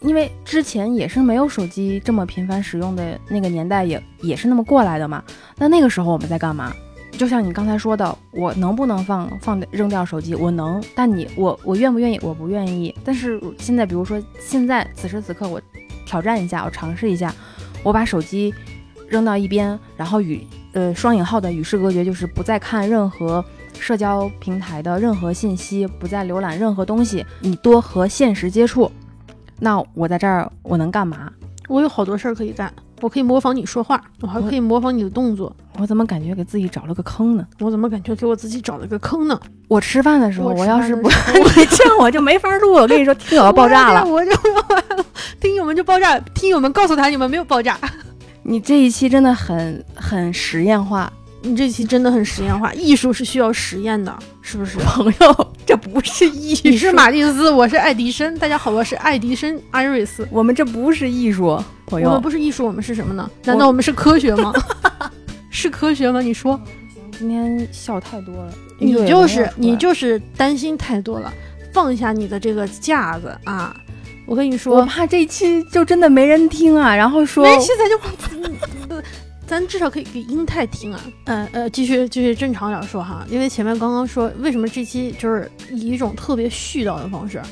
Speaker 2: 因为之前也是没有手机这么频繁使用的那个年代也，也是那么过来的嘛。那那个时候我们在干嘛？就像你刚才说的，我能不能放放扔掉手机？我能，但你我我愿不愿意？我不愿意。但是现在，比如说现在此时此刻，我挑战一下，我尝试一下，我把手机扔到一边，然后与呃双引号的与世隔绝，就是不再看任何社交平台的任何信息，不再浏览任何东西，你多和现实接触。那我在这儿我能干嘛？
Speaker 1: 我有好多事儿可以干，我可以模仿你说话，我还
Speaker 2: 我
Speaker 1: 可以模仿你的动作。
Speaker 2: 我怎么感觉给自己找了个坑呢？
Speaker 1: 我怎么感觉给我自己找了个坑呢？
Speaker 2: 我吃饭的时候，
Speaker 1: 我
Speaker 2: 我
Speaker 1: 吃
Speaker 2: 要
Speaker 1: 饭
Speaker 2: 是
Speaker 1: 的
Speaker 2: 不
Speaker 1: 时候
Speaker 2: 你这样， 我就没法录了。我跟你说，听友要爆炸 了。
Speaker 1: 我就我就要 完了，听友们就爆炸，听友们告诉他你们没有爆炸。
Speaker 2: 你这一期真的很很实验化，
Speaker 1: 你这期真的很实验化，艺术是需要实验的，是不是？
Speaker 2: 朋友，这不是艺术，
Speaker 1: 你是马蒂斯，我是爱迪生。大家好，我是爱迪生艾瑞斯。
Speaker 2: 我们这不是艺术，
Speaker 1: 我
Speaker 2: 朋
Speaker 1: 们
Speaker 2: 友。
Speaker 1: 不是艺术，我们是什么呢？难道我们是科学 吗？是科学吗？你说，
Speaker 2: 今天笑太多了，
Speaker 1: 你
Speaker 2: 一个也
Speaker 1: 就
Speaker 2: 没
Speaker 1: 是
Speaker 2: 笑出来
Speaker 1: 你就是担心太多了，放下你的这个架子啊！我跟你
Speaker 2: 我
Speaker 1: 说，
Speaker 2: 怕这一期就真的没人听啊，然后说
Speaker 1: 没现在就不，嗯咱至少可以给英泰听啊。呃呃，继续继续正常点说哈，因为前面刚刚说为什么这期就是以一种特别絮叨的方式，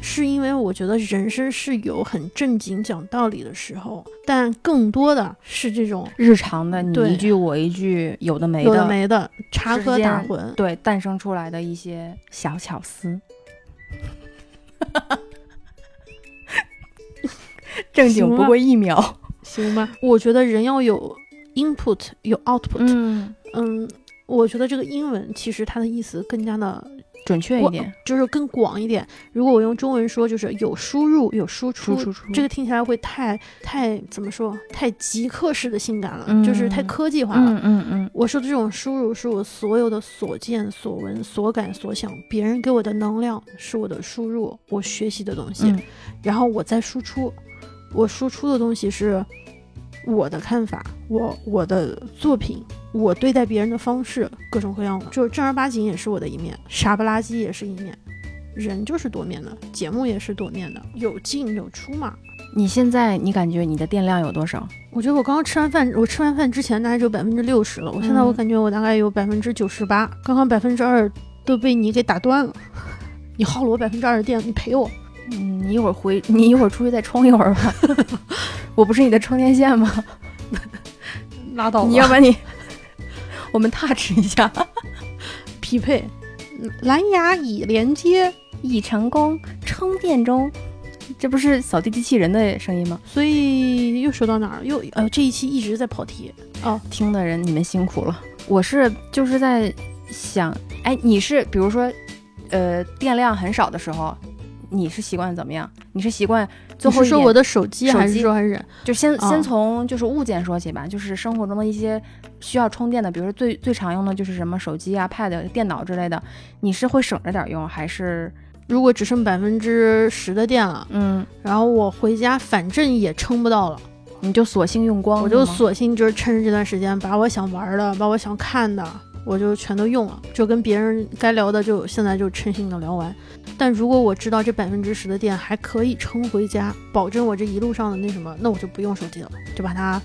Speaker 1: 是因为我觉得人生是有很正经讲道理的时候，但更多的是这种
Speaker 2: 日常的你
Speaker 1: 对
Speaker 2: 一句我一句，有的没
Speaker 1: 有的
Speaker 2: 的，
Speaker 1: 没的插科打
Speaker 2: 之
Speaker 1: 诨。
Speaker 2: 对，诞生出来的一些小巧思。正经
Speaker 1: 行
Speaker 2: 不
Speaker 1: 了
Speaker 2: 过一秒。
Speaker 1: 行吧，我觉得人要有 input 有 output，
Speaker 2: 嗯，
Speaker 1: 嗯我觉得这个英文其实它的意思更加的
Speaker 2: 准确一
Speaker 1: 广
Speaker 2: 点，，
Speaker 1: 就是更广一点。如果我用中文说，就是有输入有输出，
Speaker 2: 出出出。
Speaker 1: 这个听起来会太太怎么说？太极客式的性感了，
Speaker 2: 嗯
Speaker 1: 就是太科技化了。
Speaker 2: 嗯嗯嗯，
Speaker 1: 我说的这种输入是我所有的所见所闻所感所想，别人给我的能量是我的输入，我学习的东西，
Speaker 2: 嗯
Speaker 1: 然后我再输出，我输出的东西是我的看法，我我的作品，我对待别人的方式，各种各样的，就是正儿八经也是我的一面，傻不拉几也是一面，人就是多面的，节目也是多面的，有进有出嘛。
Speaker 2: 你现在你感觉你的电量有多少？
Speaker 1: 我觉得我刚刚吃完饭，我吃完饭之前大概只有百分之六十了，我现在
Speaker 2: 嗯
Speaker 1: 我感觉我大概有百分之九十 八，刚刚百分之二都被你给打断了。你耗了我百分之二的电，你赔我。
Speaker 2: 嗯，你一会儿回，你一会儿出去再充一会儿 吧。我不是你的充电线吗？
Speaker 1: 拉倒吧，
Speaker 2: 你要不然你，我们 touch 一下，
Speaker 1: 匹配，嗯蓝牙已连接，
Speaker 2: 已成功，充电中。这不是扫地机器人的声音吗？
Speaker 1: 所以又说到哪儿？又呃，这一期一直在跑题。
Speaker 2: 听的人，你们辛苦了。我是就是在想，哎，你是比如说，呃，电量很少的时候，你是习惯怎么样？你是习惯最后
Speaker 1: 你
Speaker 2: 一
Speaker 1: 是说
Speaker 2: 点
Speaker 1: 我的手机，
Speaker 2: 手
Speaker 1: 还是
Speaker 2: 机
Speaker 1: 说还是人？
Speaker 2: 就先
Speaker 1: 啊
Speaker 2: 先从就是物件说起吧，就是生活中的一些需要充电的，比如说最最常用的就是什么手机啊、pad、电脑之类的，你是会省着点用，还是
Speaker 1: 如果只剩百分之十的电了，
Speaker 2: 嗯，
Speaker 1: 然后我回家反正也撑不到了，
Speaker 2: 你就索性用光？
Speaker 1: 我就是
Speaker 2: 哦吗
Speaker 1: 索性就是趁着这段时间，把我想玩的，把我想看的，我就全都用了，就跟别人该聊的就现在就趁性的聊完。但如果我知道这百分之十的电还可以撑回家，保证我这一路上的那什么，那我就不用手机了，就把它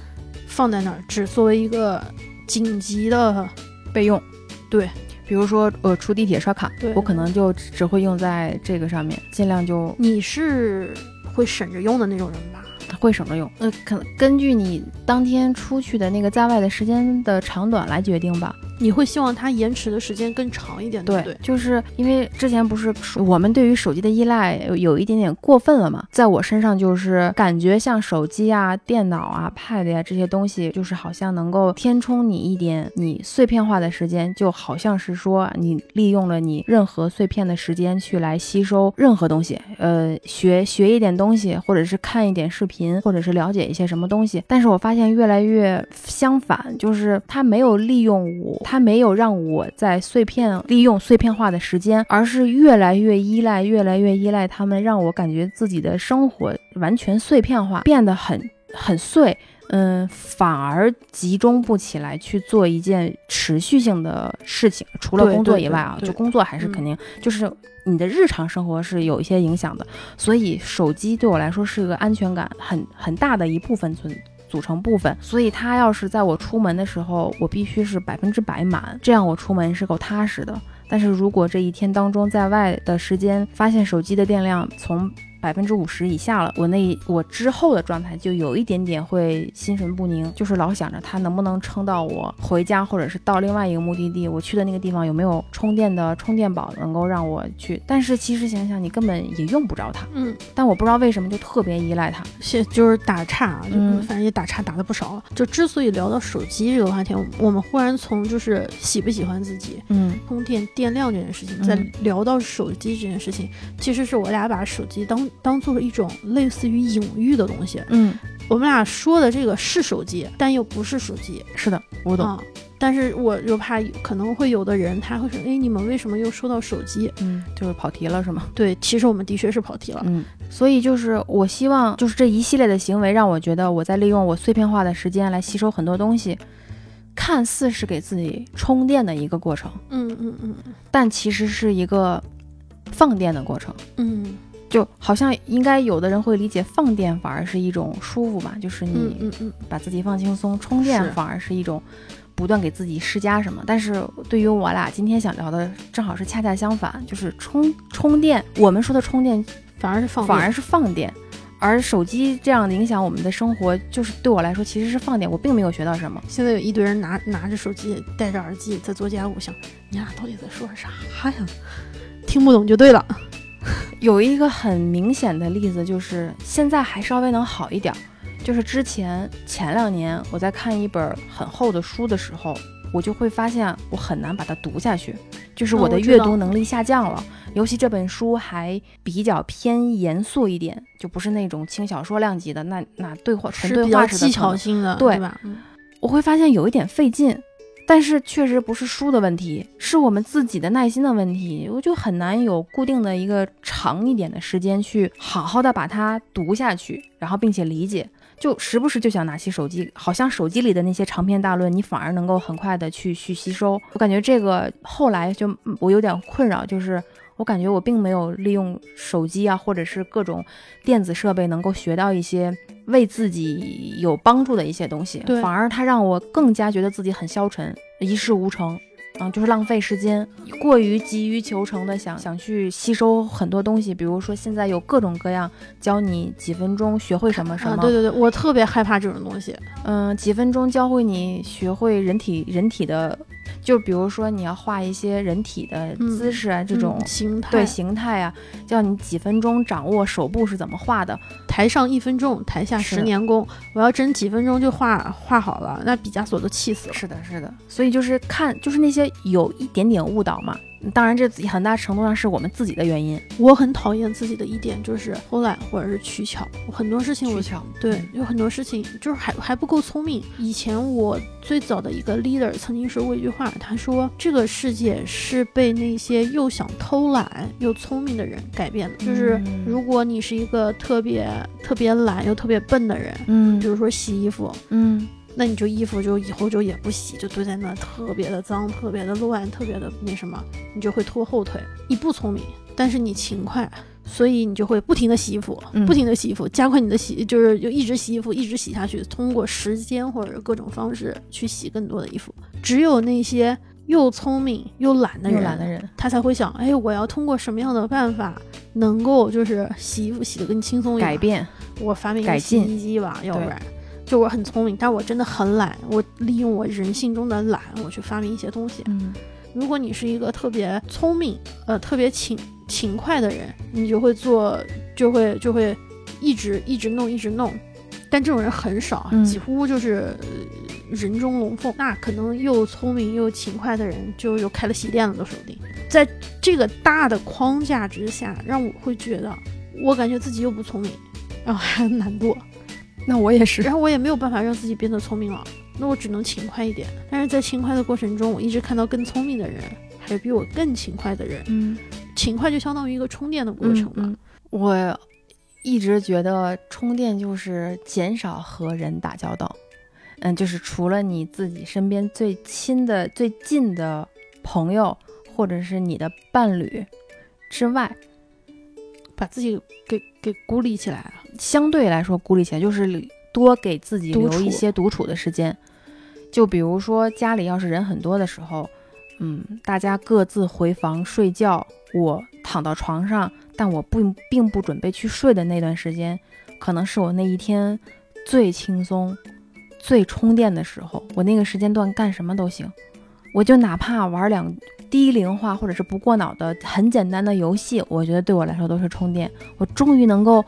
Speaker 1: 放在那儿，只作为一个紧急的。
Speaker 2: 备用。
Speaker 1: 对，
Speaker 2: 比如说呃出地铁刷卡
Speaker 1: 对，
Speaker 2: 我可能就只只会用在这个上面，尽量就
Speaker 1: 你是会省着用的那种人吧？
Speaker 2: 会省着用。呃，可能根据你当天出去的那个在外的时间的长短来决定吧。
Speaker 1: 你会希望它延迟的时间更长一点，对
Speaker 2: 对，
Speaker 1: 不对？
Speaker 2: 就是因为之前不是说我们对于手机的依赖有有一点点过分了嘛，在我身上就是感觉像手机啊、电脑啊、pad 呀、这些东西，就是好像能够填充你一点你碎片化的时间，就好像是说你利用了你任何碎片的时间去来吸收任何东西，呃，学学一点东西，或者是看一点视频，或者是了解一些什么东西。但是我发现越来越相反，就是它没有利用我，它没有让我在碎片利用碎片化的时间，而是越来越依赖，越来越依赖他们，让我感觉自己的生活完全碎片化，变得很很碎。嗯，反而集中不起来去做一件持续性的事情，除了
Speaker 1: 对
Speaker 2: 工作
Speaker 1: 对
Speaker 2: 以
Speaker 1: 对
Speaker 2: 外啊，
Speaker 1: 对
Speaker 2: 就工作还是
Speaker 1: 嗯
Speaker 2: 肯定、就是你的日常生活是有一些影响的，所以手机对我来说是一个安全感很很大的一部分存组成部分，所以它要是在我出门的时候，我必须是百分之百满，这样我出门是够踏实的。但是如果这一天当中在外的时间发现手机的电量从百分之五十以下了，我那一我之后的状态就有一点点会心神不宁，就是老想着它能不能撑到我回家，或者是到另外一个目的地，我去的那个地方有没有充电的充电宝能够让我去。但是其实想想，你根本也用不着它，
Speaker 1: 嗯，
Speaker 2: 但我不知道为什么就特别依赖它。
Speaker 1: 现就是打岔啊，就
Speaker 2: 嗯
Speaker 1: 反正也打岔打的不少了。就之所以聊到手机这个话题，我我们忽然从就是喜不喜欢自己、
Speaker 2: 嗯
Speaker 1: 充电电量这件事情，再
Speaker 2: 嗯
Speaker 1: 聊到手机这件事情，其实是我俩把手机当当做一种类似于隐喻的东西。
Speaker 2: 嗯，
Speaker 1: 我们俩说的这个是手机，但又不是手机，
Speaker 2: 是的，我懂。
Speaker 1: 啊。但是我又怕可能会有的人他会说，哎，你们为什么又说到手机？
Speaker 2: 嗯，就是跑题了是吗？
Speaker 1: 对，其实我们的确是跑题了。
Speaker 2: 嗯，所以就是我希望，就是这一系列的行为让我觉得我在利用我碎片化的时间来吸收很多东西，看似是给自己充电的一个过程，
Speaker 1: 嗯嗯嗯
Speaker 2: 但其实是一个放电的过程。
Speaker 1: 嗯
Speaker 2: 就好像应该有的人会理解放电反而是一种舒服吧，就是
Speaker 1: 嗯
Speaker 2: 你
Speaker 1: 嗯嗯，
Speaker 2: 把自己放轻松，充电
Speaker 1: 是
Speaker 2: 反而是一种不断给自己施加什么。但是对于我俩今天想聊的，正好是恰恰相反，就是充充电。我们说的充电
Speaker 1: 反而是放
Speaker 2: 反
Speaker 1: 电
Speaker 2: 而是放电。而手机这样的影响我们的生活，就是对我来说其实是放电，我并没有学到什么。
Speaker 1: 现在有一堆人拿拿着手机，戴着耳机在做家务，想你俩到底在说啥呀？ 听不懂就对了。
Speaker 2: 有一个很明显的例子，就是现在还稍微能好一点儿，就是之前前两年我在看一本很厚的书的时候，我就会发现我很难把它读下去，就是
Speaker 1: 嗯
Speaker 2: 我的
Speaker 1: 我知
Speaker 2: 阅
Speaker 1: 道
Speaker 2: 读能力下降
Speaker 1: 嗯
Speaker 2: 了。尤其这本书还比较偏严肃一点，就不是那种轻小说量级的，那那对话纯
Speaker 1: 是
Speaker 2: 对
Speaker 1: 比
Speaker 2: 话
Speaker 1: 较
Speaker 2: 式的
Speaker 1: 技
Speaker 2: 可能
Speaker 1: 巧性的，
Speaker 2: 对
Speaker 1: 对吧？嗯
Speaker 2: 我会发现有一点费劲，但是确实不是书的问题，是我们自己的耐心的问题。我就很难有固定的一个长一点的时间去好好的把它读下去，然后并且理解。就时不时就想拿起手机，好像手机里的那些长篇大论，你反而能够很快的去去吸收。我感觉这个后来就嗯我有点困扰，就是我感觉我并没有利用手机啊，或者是各种电子设备，能够学到一些为自己有帮助的一些东西，
Speaker 1: 对
Speaker 2: 反而它让我更加觉得自己很消沉，一事无成。嗯，就是浪费时间，过于急于求成的想想去吸收很多东西，比如说现在有各种各样教你几分钟学会什么什么，
Speaker 1: 啊，对对对，我特别害怕这种东西。
Speaker 2: 嗯，几分钟教会你学会人体人体的，就比如说你要画一些人体的
Speaker 1: 嗯
Speaker 2: 姿势啊，这种、
Speaker 1: 嗯形态，
Speaker 2: 对形态啊，叫你几分钟掌握手部是怎么画的。
Speaker 1: 台上一分钟，台下
Speaker 2: 是
Speaker 1: 十年功。我要真几分钟就画画好了，那毕加索都气死了。
Speaker 2: 是的，是的，所以就是看，就是那些有一点点误导嘛。当然，这很大程度上是我们自己的原因。
Speaker 1: 我很讨厌自己的一点就是偷懒或者是取巧，我很多事情我
Speaker 2: 巧，
Speaker 1: 对有很多事情就是还还不够聪明。以前我最早的一个 leader 曾经说过一句话，他说这个世界是被那些又想偷懒又聪明的人改变的。就是
Speaker 2: 嗯
Speaker 1: 如果你是一个特别特别懒又特别笨的人，
Speaker 2: 嗯
Speaker 1: 比如说洗衣服，
Speaker 2: 嗯，
Speaker 1: 那你就衣服就以后就也不洗，就堆在那，特别的脏，特别的乱，特别的那什么，你就会拖后腿。你不聪明，但是你勤快，所以你就会不停的洗衣服，
Speaker 2: 嗯
Speaker 1: 不停的洗衣服，加快你的洗，就是就一直洗衣服，一直洗下去，通过时间或者各种方式去洗更多的衣服。只有那些又聪明又懒的
Speaker 2: 又
Speaker 1: 人，
Speaker 2: 懒的人，
Speaker 1: 他才会想，哎，我要通过什么样的办法能够就是洗衣服洗得更轻松一点
Speaker 2: 改。变，
Speaker 1: 我发明一
Speaker 2: 改
Speaker 1: 个洗
Speaker 2: 进
Speaker 1: 衣机吧，要不
Speaker 2: 对
Speaker 1: 然就我很聪明，但我真的很懒，我利用我人性中的懒，我去发明一些东西。
Speaker 2: 嗯
Speaker 1: 如果你是一个特别聪明，呃，特别勤勤快的人，你就会做，就会就会一直一直弄，一直弄。但这种人很少，啊
Speaker 2: 嗯
Speaker 1: 几乎就是、呃人中龙凤。那可能又聪明又勤快的人，就又开了洗衣店了都说不定。在这个大的框架之下，让我会觉得，我感觉自己又不聪明，然后还很懒惰，
Speaker 2: 那我也是
Speaker 1: 然后我也没有办法让自己变得聪明了，那我只能勤快一点。但是在勤快的过程中，我一直看到更聪明的人，还有比我更勤快的人。
Speaker 2: 嗯，
Speaker 1: 勤快就相当于一个充电的过
Speaker 2: 过
Speaker 1: 程
Speaker 2: 程
Speaker 1: 嘛。
Speaker 2: 嘛。嗯我一直觉得充电就是减少和人打交道，嗯，就是除了你自己身边最亲的、最近的朋友，或者是你的伴侣之外，
Speaker 1: 把自己给给孤立起来了。
Speaker 2: 相对来说孤立起来，就是多给自己
Speaker 1: 独
Speaker 2: 留一
Speaker 1: 处
Speaker 2: 些独处的时间。就比如说家里要是人很多的时候，嗯，大家各自回房睡觉，我躺到床上，但我并并不准备去睡的那段时间，可能是我那一天最轻松、最充电的时候。我那个时间段干什么都行，我就哪怕玩两低龄化或者是不过脑的很简单的游戏，我觉得对我来说都是充电。我终于能够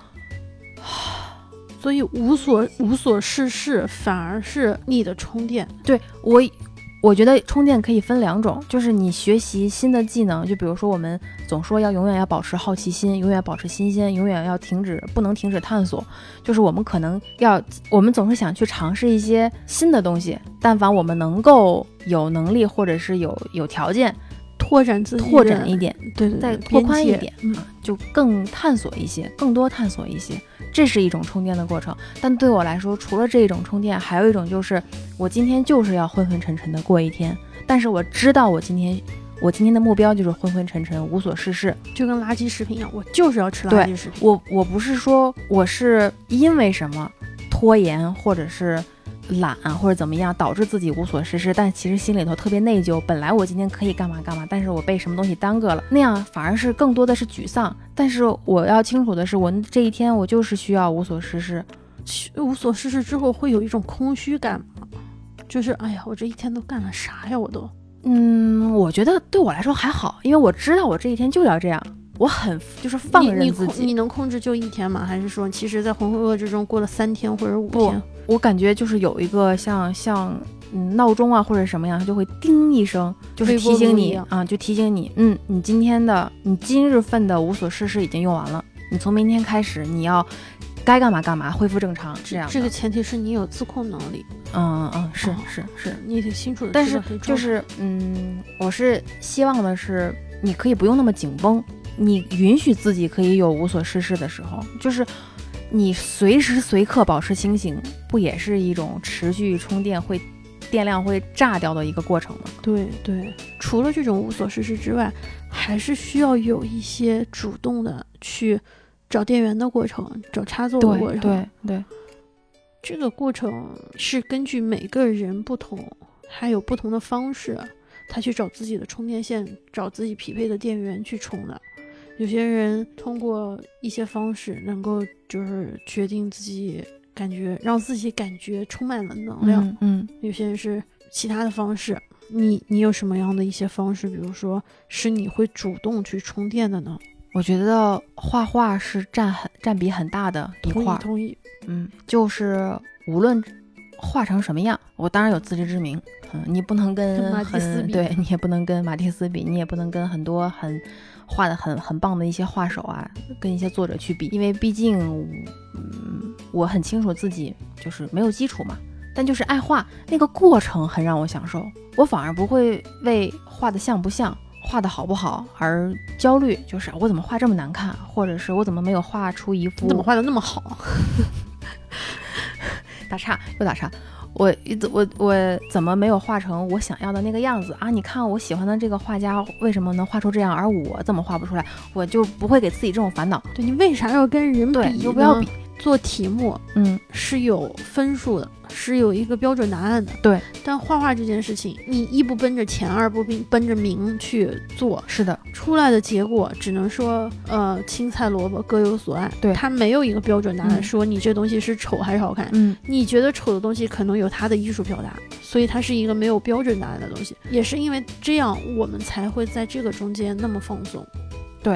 Speaker 1: 所以无所无所事事反而是你的充电。
Speaker 2: 对我，我觉得充电可以分两种，就是你学习新的技能，就比如说我们总说要永远要保持好奇心，永远保持新鲜，永远要停止不能停止探索。就是我们可能要，我们总是想去尝试一些新的东西，但凡我们能够有能力或者是有有条件
Speaker 1: 拓展自己的，
Speaker 2: 拓展一点，
Speaker 1: 对对，
Speaker 2: 再
Speaker 1: 对
Speaker 2: 拓宽一
Speaker 1: 边界
Speaker 2: 点
Speaker 1: 嗯，
Speaker 2: 就更探索一些，更多探索一些，这是一种充电的过程。但对我来说，除了这一种充电，还有一种就是我今天就是要昏昏沉沉的过一天，但是我知道我今天我今天的目标就是昏昏沉沉，无所事事。
Speaker 1: 就跟垃圾食品一样，我就是要吃
Speaker 2: 对
Speaker 1: 垃圾食品。
Speaker 2: 我我不是说我是因为什么拖延或者是。懒啊或者怎么样导致自己无所事事，但其实心里头特别内疚。本来我今天可以干嘛干嘛，但是我被什么东西耽搁了，那样反而是更多的是沮丧。但是我要清楚的是，我这一天我就是需要无所事事。
Speaker 1: 无所事事之后会有一种空虚感吗？就是哎呀，我这一天都干了啥呀？我都
Speaker 2: 嗯，我觉得对我来说还好，因为我知道我这一天就要这样，我很就是放
Speaker 1: 你
Speaker 2: 任
Speaker 1: 你
Speaker 2: 自己
Speaker 1: 控你能控制就一天吗？还是说，其实，在浑浑噩噩之中过了三天或者五
Speaker 2: 不
Speaker 1: 天？
Speaker 2: 我感觉就是有一个像像嗯闹钟啊或者什么样，它就会叮一声，就是
Speaker 1: 微波
Speaker 2: 提醒
Speaker 1: 炉一
Speaker 2: 你
Speaker 1: 样
Speaker 2: 啊，就提醒你，嗯，你今天的你今日份的无所事事已经用完了，你从明天开始你要该干嘛干嘛，恢复正常这样的。
Speaker 1: 这个前提是你有自控能力，
Speaker 2: 嗯嗯嗯是
Speaker 1: 哦
Speaker 2: 是是，
Speaker 1: 你得清楚的。
Speaker 2: 但是就是嗯，我是希望的是你可以不用那么紧绷，你允许自己可以有无所事事的时候，就是你随时随刻保持清醒，不也是一种持续充电会电量会炸掉的一个过程吗？
Speaker 1: 对对，除了这种无所事事之外，还是需要有一些主动的去找电源的过程，找插座的过程。
Speaker 2: 对对，
Speaker 1: 这个过程是根据每个人不同，还有不同的方式。他去找自己的充电线，找自己匹配的电源去充的。有些人通过一些方式能够就是决定自己感觉，让自己感觉充满了能量。
Speaker 2: 嗯嗯
Speaker 1: 有些人是其他的方式。你你有什么样的一些方式，比如说是你会主动去充电的呢？
Speaker 2: 我觉得画画是占很占比很大的一
Speaker 1: 同
Speaker 2: 块
Speaker 1: 意
Speaker 2: 儿，
Speaker 1: 同意。
Speaker 2: 嗯，就是无论画成什么样，我当然有自知之明，嗯，你不能
Speaker 1: 跟
Speaker 2: 跟
Speaker 1: 马蒂斯
Speaker 2: 很
Speaker 1: 比
Speaker 2: 对你也不能跟马蒂斯比，你也不能跟很多很画的很很棒的一些画手啊，跟一些作者去比，因为毕竟，嗯，我很清楚自己就是没有基础嘛，但就是爱画那个过程很让我享受，我反而不会为画的像不像。画的好不好而焦虑，就是啊我怎么画这么难看，啊或者是我怎么没有画出一幅
Speaker 1: 你怎么画的那么好？啊
Speaker 2: 打岔又打岔，我我我怎么没有画成我想要的那个样子啊？你看我喜欢的这个画家为什么能画出这样，而我怎么画不出来？我就不会给自己这种烦恼。
Speaker 1: 对你为啥要跟人比？
Speaker 2: 对，就不要比。。
Speaker 1: 做题目
Speaker 2: 嗯，
Speaker 1: 是有分数的，是有一个标准答案的。
Speaker 2: 对，
Speaker 1: 但画画这件事情，你一不奔着钱，二不奔奔着名去做，
Speaker 2: 是的，
Speaker 1: 出来的结果只能说，呃，青菜萝卜各有所爱。
Speaker 2: 对
Speaker 1: 它没有一个标准答案，
Speaker 2: 嗯
Speaker 1: 说你这东西是丑还是好看。
Speaker 2: 嗯，
Speaker 1: 你觉得丑的东西可能有它的艺术表达，所以它是一个没有标准答案的东西。也是因为这样，我们才会在这个中间那么放松。
Speaker 2: 对，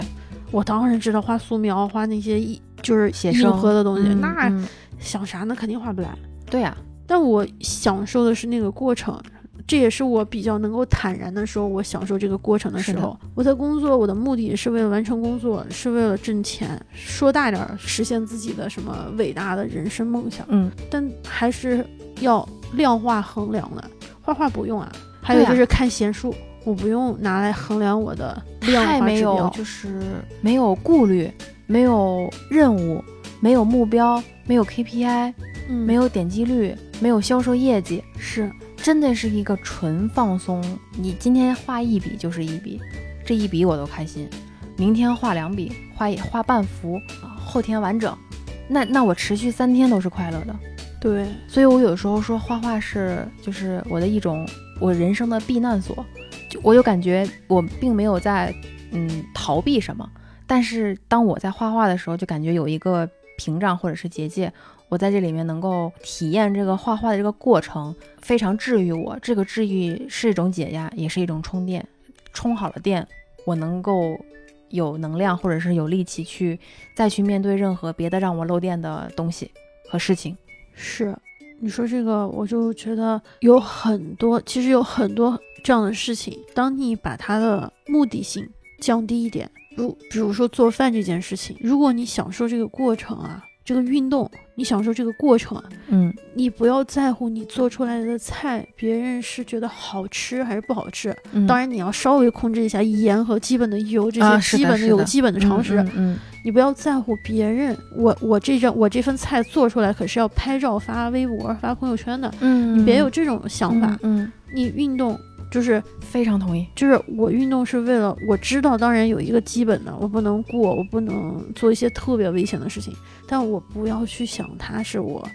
Speaker 1: 我当然知道画素描、画那些艺就是
Speaker 2: 写
Speaker 1: 硬
Speaker 2: 生
Speaker 1: 核的东西，
Speaker 2: 嗯
Speaker 1: 那
Speaker 2: 嗯
Speaker 1: 想啥呢？肯定画不来。
Speaker 2: 对呀、
Speaker 1: 但我享受的是那个过程，这也是我比较能够坦然的说，我享受这个过程的时
Speaker 2: 是
Speaker 1: 候
Speaker 2: 的。
Speaker 1: 我在工作，我的目的是为了完成工作，是为了挣钱，说大点儿，实现自己的什么伟大的人生梦想。
Speaker 2: 嗯，
Speaker 1: 但还是要量化衡量的。画画不用啊，还有
Speaker 2: 对啊
Speaker 1: 就是看闲书，我不用拿来衡量我的量
Speaker 2: 太
Speaker 1: 化
Speaker 2: 没
Speaker 1: 指
Speaker 2: 有
Speaker 1: 标。
Speaker 2: 就是没有顾虑，没有任务，没有目标，没有 KPI，
Speaker 1: 嗯
Speaker 2: 没有点击率，没有销售业绩，
Speaker 1: 是
Speaker 2: 真的是一个纯放松。你今天画一笔就是一笔，这一笔我都开心。明天画两笔，画一画半幅，啊后天完整。那那我持续三天都是快乐的。
Speaker 1: 对，
Speaker 2: 所以我有时候说画画是就是我的一种我人生的避难所，就我有感觉我并没有在嗯逃避什么，但是当我在嗯画画的时候，就感觉有一个屏障或者是结界，我在这里面能够体验这个画画的这个过程，非常治愈我。这个治愈是一种解压，也是一种充电，充好了电，我能够。有能量或者是有力气去再去面对任何别的让我漏电的东西和事情。
Speaker 1: 是，你说这个，我就觉得有很多，其实有很多这样的事情。当你把它的目的性降低一点，如比如说做饭这件事情，如果你享受这个过程啊，这个运动，你享受这个过程，啊
Speaker 2: 嗯，
Speaker 1: 你不要在乎你做出来的菜别人是觉得好吃还是不好吃。
Speaker 2: 嗯
Speaker 1: 当然，你要稍微控制一下盐和基本的油这
Speaker 2: 啊
Speaker 1: 些
Speaker 2: 是
Speaker 1: 基
Speaker 2: 的
Speaker 1: 本的
Speaker 2: 是
Speaker 1: 有
Speaker 2: 的
Speaker 1: 基本的常识。
Speaker 2: 嗯嗯
Speaker 1: 你不要在乎别人，我我这张我这份菜做出来可是要拍照发微博、发朋友圈的，
Speaker 2: 嗯，
Speaker 1: 你别
Speaker 2: 嗯
Speaker 1: 有这种想法。
Speaker 2: 嗯，嗯
Speaker 1: 你运动就是
Speaker 2: 非常同意，
Speaker 1: 就是我运动是为了我知道，当然有一个基本的，我不能过，我不能做一些特别危险的事情，但我不要去想它是我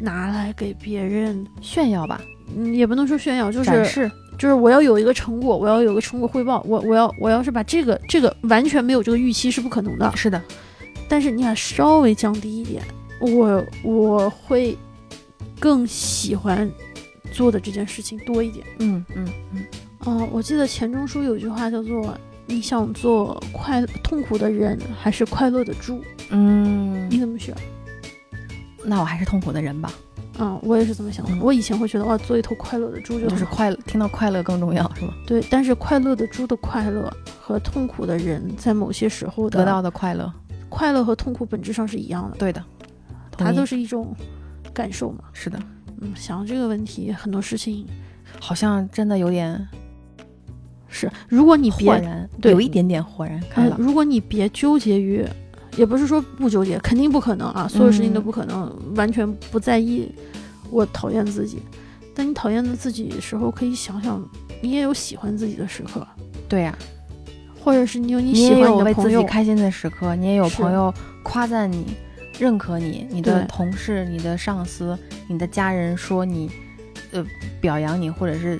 Speaker 1: 拿来给别人，
Speaker 2: 炫耀吧，
Speaker 1: 嗯，也不能说炫耀，就
Speaker 2: 展
Speaker 1: 是
Speaker 2: 示，
Speaker 1: 就是我要有一个成果，我要有一个成果汇报，我我要我要是把这个这个完全没有这个预期是不可能的。
Speaker 2: 是的，
Speaker 1: 但是你俩稍微降低一点，我我会更喜欢做的这件事情多一点。
Speaker 2: 嗯嗯嗯，
Speaker 1: 嗯、我记得钱钟书有句话叫做“你想做快痛苦的人，还是快乐的猪
Speaker 2: 嗯，
Speaker 1: 你怎么选？
Speaker 2: 那我还是痛苦的人吧，
Speaker 1: 啊、我也是这么想的
Speaker 2: 嗯。
Speaker 1: 我以前会觉得哇，哦做一头快乐的猪就
Speaker 2: 就
Speaker 1: 很
Speaker 2: 是
Speaker 1: 好
Speaker 2: 快乐，听到快乐更重要是吗？
Speaker 1: 对，但是快乐的猪的快乐和痛苦的人在某些时候
Speaker 2: 得
Speaker 1: 的
Speaker 2: 到的快乐，
Speaker 1: 快乐和痛苦本质上是一样的，
Speaker 2: 对的，同
Speaker 1: 它
Speaker 2: 意
Speaker 1: 都是一种感受嘛。
Speaker 2: 是的，
Speaker 1: 嗯，想这个问题，很多事情
Speaker 2: 好像真的有点
Speaker 1: 是，如果你别
Speaker 2: 豁然，
Speaker 1: 对
Speaker 2: 有一点点豁然开
Speaker 1: 嗯，
Speaker 2: 朗，
Speaker 1: 如果你别纠结于，也不是说不纠结，肯定不可能啊，所有事情都
Speaker 2: 嗯
Speaker 1: 不可能，完全不在意。我讨厌自己，但你讨厌自己的时候，可以想想，你也有喜欢自己的时刻，
Speaker 2: 对啊呀，
Speaker 1: 或者是你有你喜
Speaker 2: 也
Speaker 1: 欢
Speaker 2: 有
Speaker 1: 你的
Speaker 2: 为自
Speaker 1: 朋
Speaker 2: 己
Speaker 1: 友，
Speaker 2: 开心的时刻，你也有
Speaker 1: 是
Speaker 2: 朋友夸赞你、认可你，你
Speaker 1: 对
Speaker 2: 的同事、你的上司、你的家人说你，呃，表扬你，或者是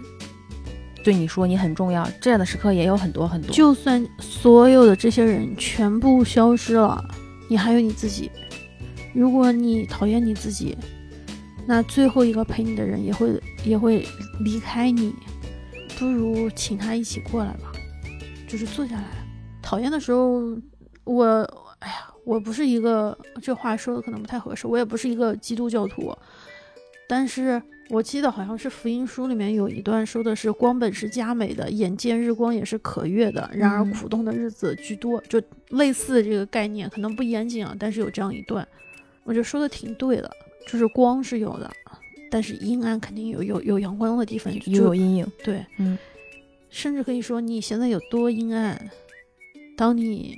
Speaker 2: 对你说你很重要，这样的时刻也有很多很多。
Speaker 1: 就算所有的这些人全部消失了，你还有你自己。如果你讨厌你自己，那最后一个陪你的人也会也会离开你，不如请他一起过来吧，就是坐下来。讨厌的时候，我哎呀，我不是一个这话说的可能不太合适，我也不是一个基督教徒，但是我记得好像是福音书里面有一段说的是光本是佳美的，眼见日光也是可悦的，然而
Speaker 2: 嗯
Speaker 1: 苦痛的日子居多，就类似这个概念，可能不严谨啊，但是有这样一段，我觉得说的挺对的，就是光是有的，但是阴暗肯定有有有阳光的地方，
Speaker 2: 又
Speaker 1: 就
Speaker 2: 有阴影，
Speaker 1: 对，
Speaker 2: 嗯，
Speaker 1: 甚至可以说你现在有多阴暗，当你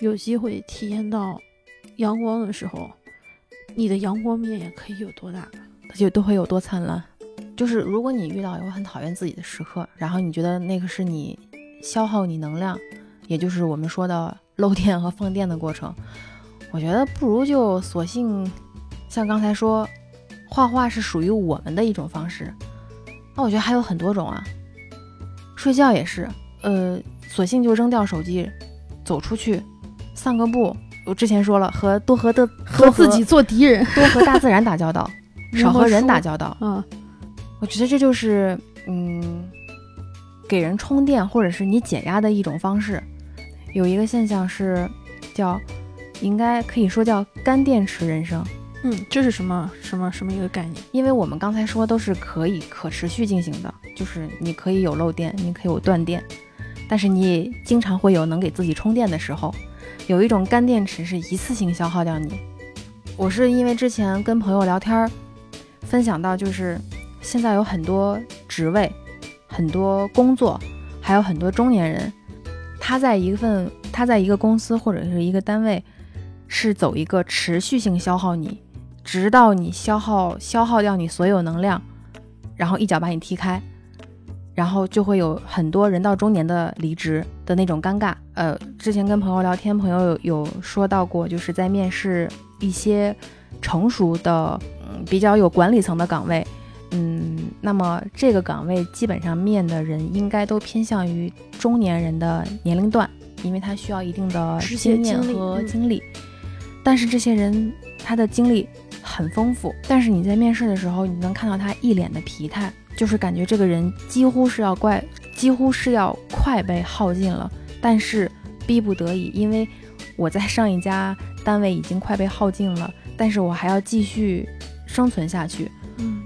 Speaker 1: 有机会体验到阳光的时候，你的阳光面也可以有多大。
Speaker 2: 它就都会有多灿烂。就是如果你遇到有很讨厌自己的时刻，然后你觉得那个是你消耗你能量，也就是我们说的漏电和放电的过程，我觉得不如就索性像刚才说，画画是属于我们的一种方式。那我觉得还有很多种啊，睡觉也是，呃，索性就扔掉手机，走出去，散个步。我之前说了，和多和的
Speaker 1: 和自己做敌人，
Speaker 2: 多和大自然打交道，少和人打
Speaker 1: 交
Speaker 2: 交道。
Speaker 1: 啊，
Speaker 2: 我觉得这就是嗯，给人充电或者是你解压的一种方式。有一个现象是叫，应该可以说叫干电池人生，
Speaker 1: 嗯，这是什么什么什么一个概念？
Speaker 2: 因为我们刚才说都是可以可持续进行的，就是你可以有漏电，你可以有断电，但是你也经常会有能给自己充电的时候。有一种干电池是一次性消耗掉你。我是因为之前跟朋友聊天儿，分享到就是现在有很多职位、很多工作，还有很多中年人，他在一份他在一个公司或者是一个单位，是走一个持续性消耗你，直到你消耗消耗掉你所有能量，然后一脚把你踢开，然后就会有很多人到中年的离职的那种尴尬。呃，之前跟朋友聊天，朋友有有说到过，就是在面试一些成熟的、嗯、比较有管理层的岗位，嗯，那么这个岗位基本上面的人应该都偏向于中年人的年龄段，因为他需要一定的
Speaker 1: 职业
Speaker 2: 经验
Speaker 1: 经历
Speaker 2: 和
Speaker 1: 嗯
Speaker 2: 经历。但是这些人他的经历很丰富，但是你在面试的时候，你能看到他一脸的疲态，就是感觉这个人几乎是要怪，几乎是要快被耗尽了，但是逼不得已，因为我在上一家单位已经快被耗尽了，但是我还要继续生存下去，
Speaker 1: 嗯，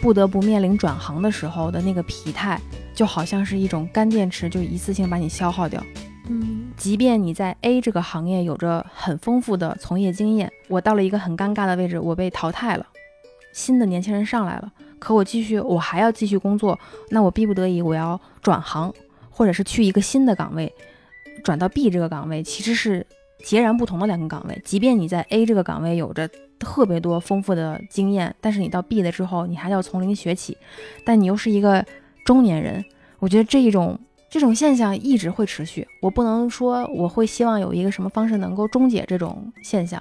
Speaker 2: 不得不面临转行的时候的那个疲态，就好像是一种干电池，就一次性把你消耗掉。
Speaker 1: 嗯，
Speaker 2: 即便你在 A 这个行业有着很丰富的从业经验，我到了一个很尴尬的位置，我被淘汰了，新的年轻人上来了，可我继续，我还要继续工作，那我逼不得已，我要转行，或者是去一个新的岗位，转到 B 这个岗位，其实是截然不同的两个岗位。即便你在 A 这个岗位有着特别多丰富的经验，但是你到 B 了之后，你还要从零学起，但你又是一个中年人，我觉得这一种这种现象一直会持续。我不能说我会希望有一个什么方式能够终结这种现象，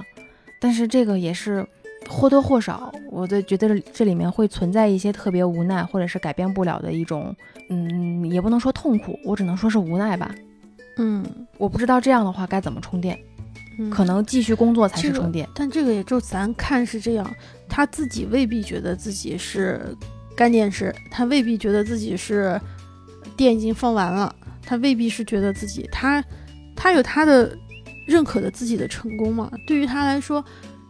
Speaker 2: 但是这个也是或多或少，我都觉得这里面会存在一些特别无奈或者是改变不了的一种，嗯，也不能说痛苦，我只能说是无奈吧。
Speaker 1: 嗯，
Speaker 2: 我不知道这样的话该怎么充电，
Speaker 1: 嗯
Speaker 2: 可能继续工作才是
Speaker 1: 这个
Speaker 2: 充电。
Speaker 1: 但这个也就咱看是这样，他自己未必觉得自己是干电池，他未必觉得自己是电已经放完了，他未必是觉呃得自己他他有他的认可的自己的成功嘛。对于他来说，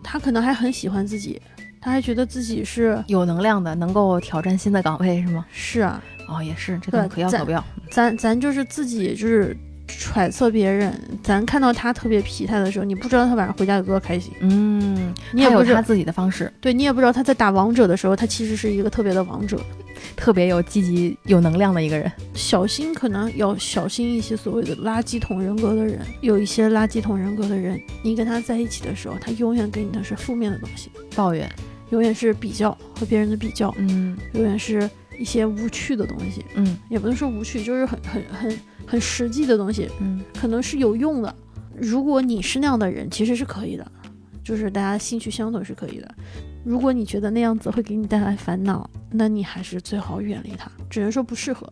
Speaker 1: 他可能还很喜欢自己，他还觉得自己是
Speaker 2: 有能量的，能够挑战新的岗位是吗？
Speaker 1: 是啊，
Speaker 2: 哦，也是，这个
Speaker 1: 对
Speaker 2: 可要
Speaker 1: 在
Speaker 2: 可不要。
Speaker 1: 咱咱就是自己就是揣测别人，咱看到他特别疲态的时候，你不知道他晚上回家有多开心，
Speaker 2: 嗯，
Speaker 1: 你也
Speaker 2: 他
Speaker 1: 不
Speaker 2: 有
Speaker 1: 知
Speaker 2: 他自己的方式，
Speaker 1: 对你也不知道他在打王者的时候，他其实是一个特别的王者。
Speaker 2: 特别有积极、有能量的一个人。
Speaker 1: 小心，可能要小心一些所谓的垃圾桶人格的人。有一些垃圾桶人格的人，你跟他在一起的时候，他永远给你的是负面的东西，
Speaker 2: 抱怨，
Speaker 1: 永远是比较和别人的比较，
Speaker 2: 嗯
Speaker 1: 永远是一些无趣的东西，
Speaker 2: 嗯
Speaker 1: 也不能说无趣，就是很很很很实际的东西，
Speaker 2: 嗯，
Speaker 1: 可能是有用的。如果你是那样的人，其实是可以的，就是大家兴趣相同是可以的。如果你觉得那样子会给你带来烦恼，那你还是最好远离他，只能说不适合。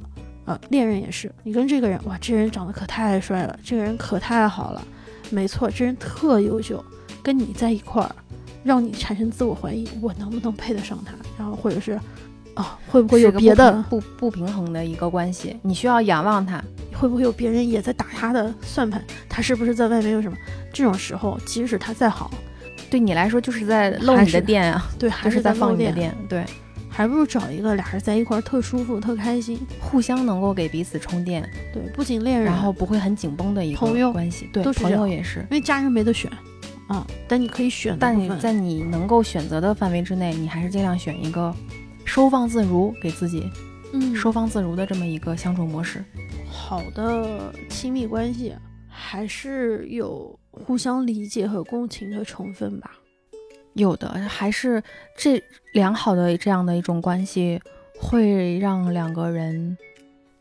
Speaker 1: 啊、呃，恋人也是，你跟这个人，哇，这人长得可太帅了，这个人可太好了，没错，这人特优秀，跟你在一块儿，让你产生自我怀疑，我能不能配得上他？然后或者是，啊，会不会有
Speaker 2: 是个
Speaker 1: 别的？
Speaker 2: 不平不不平衡的一个关系？你需要仰望他，
Speaker 1: 会不会有别人也在打他的算盘？他是不是在外面有什么？这种时候，即使他再好，
Speaker 2: 对你来说就是在漏
Speaker 1: 还
Speaker 2: 你
Speaker 1: 是
Speaker 2: 的电啊，
Speaker 1: 对，还
Speaker 2: 就是在
Speaker 1: 放
Speaker 2: 放你的
Speaker 1: 电，
Speaker 2: 电，对，
Speaker 1: 还不如找一个俩人在一块儿特舒服、特开心。
Speaker 2: 互相能够给彼此充电，
Speaker 1: 对，不仅恋人，
Speaker 2: 然后不会很紧绷的一
Speaker 1: 朋友
Speaker 2: 个关系，对
Speaker 1: 都，是
Speaker 2: 朋
Speaker 1: 这
Speaker 2: 友
Speaker 1: 样
Speaker 2: 也是。
Speaker 1: 因为家人没得选啊，但你可以选的
Speaker 2: 但
Speaker 1: 部
Speaker 2: 你
Speaker 1: 分
Speaker 2: 在你能够选择的范围之内，你还是尽量选一个收放自如，给自己
Speaker 1: 嗯
Speaker 2: 收放自如的这么一个相处模式。
Speaker 1: 好的亲密关系还是有互相理解和共情的成分吧。
Speaker 2: 有的还是这良好的这样的一种关系，会让两个人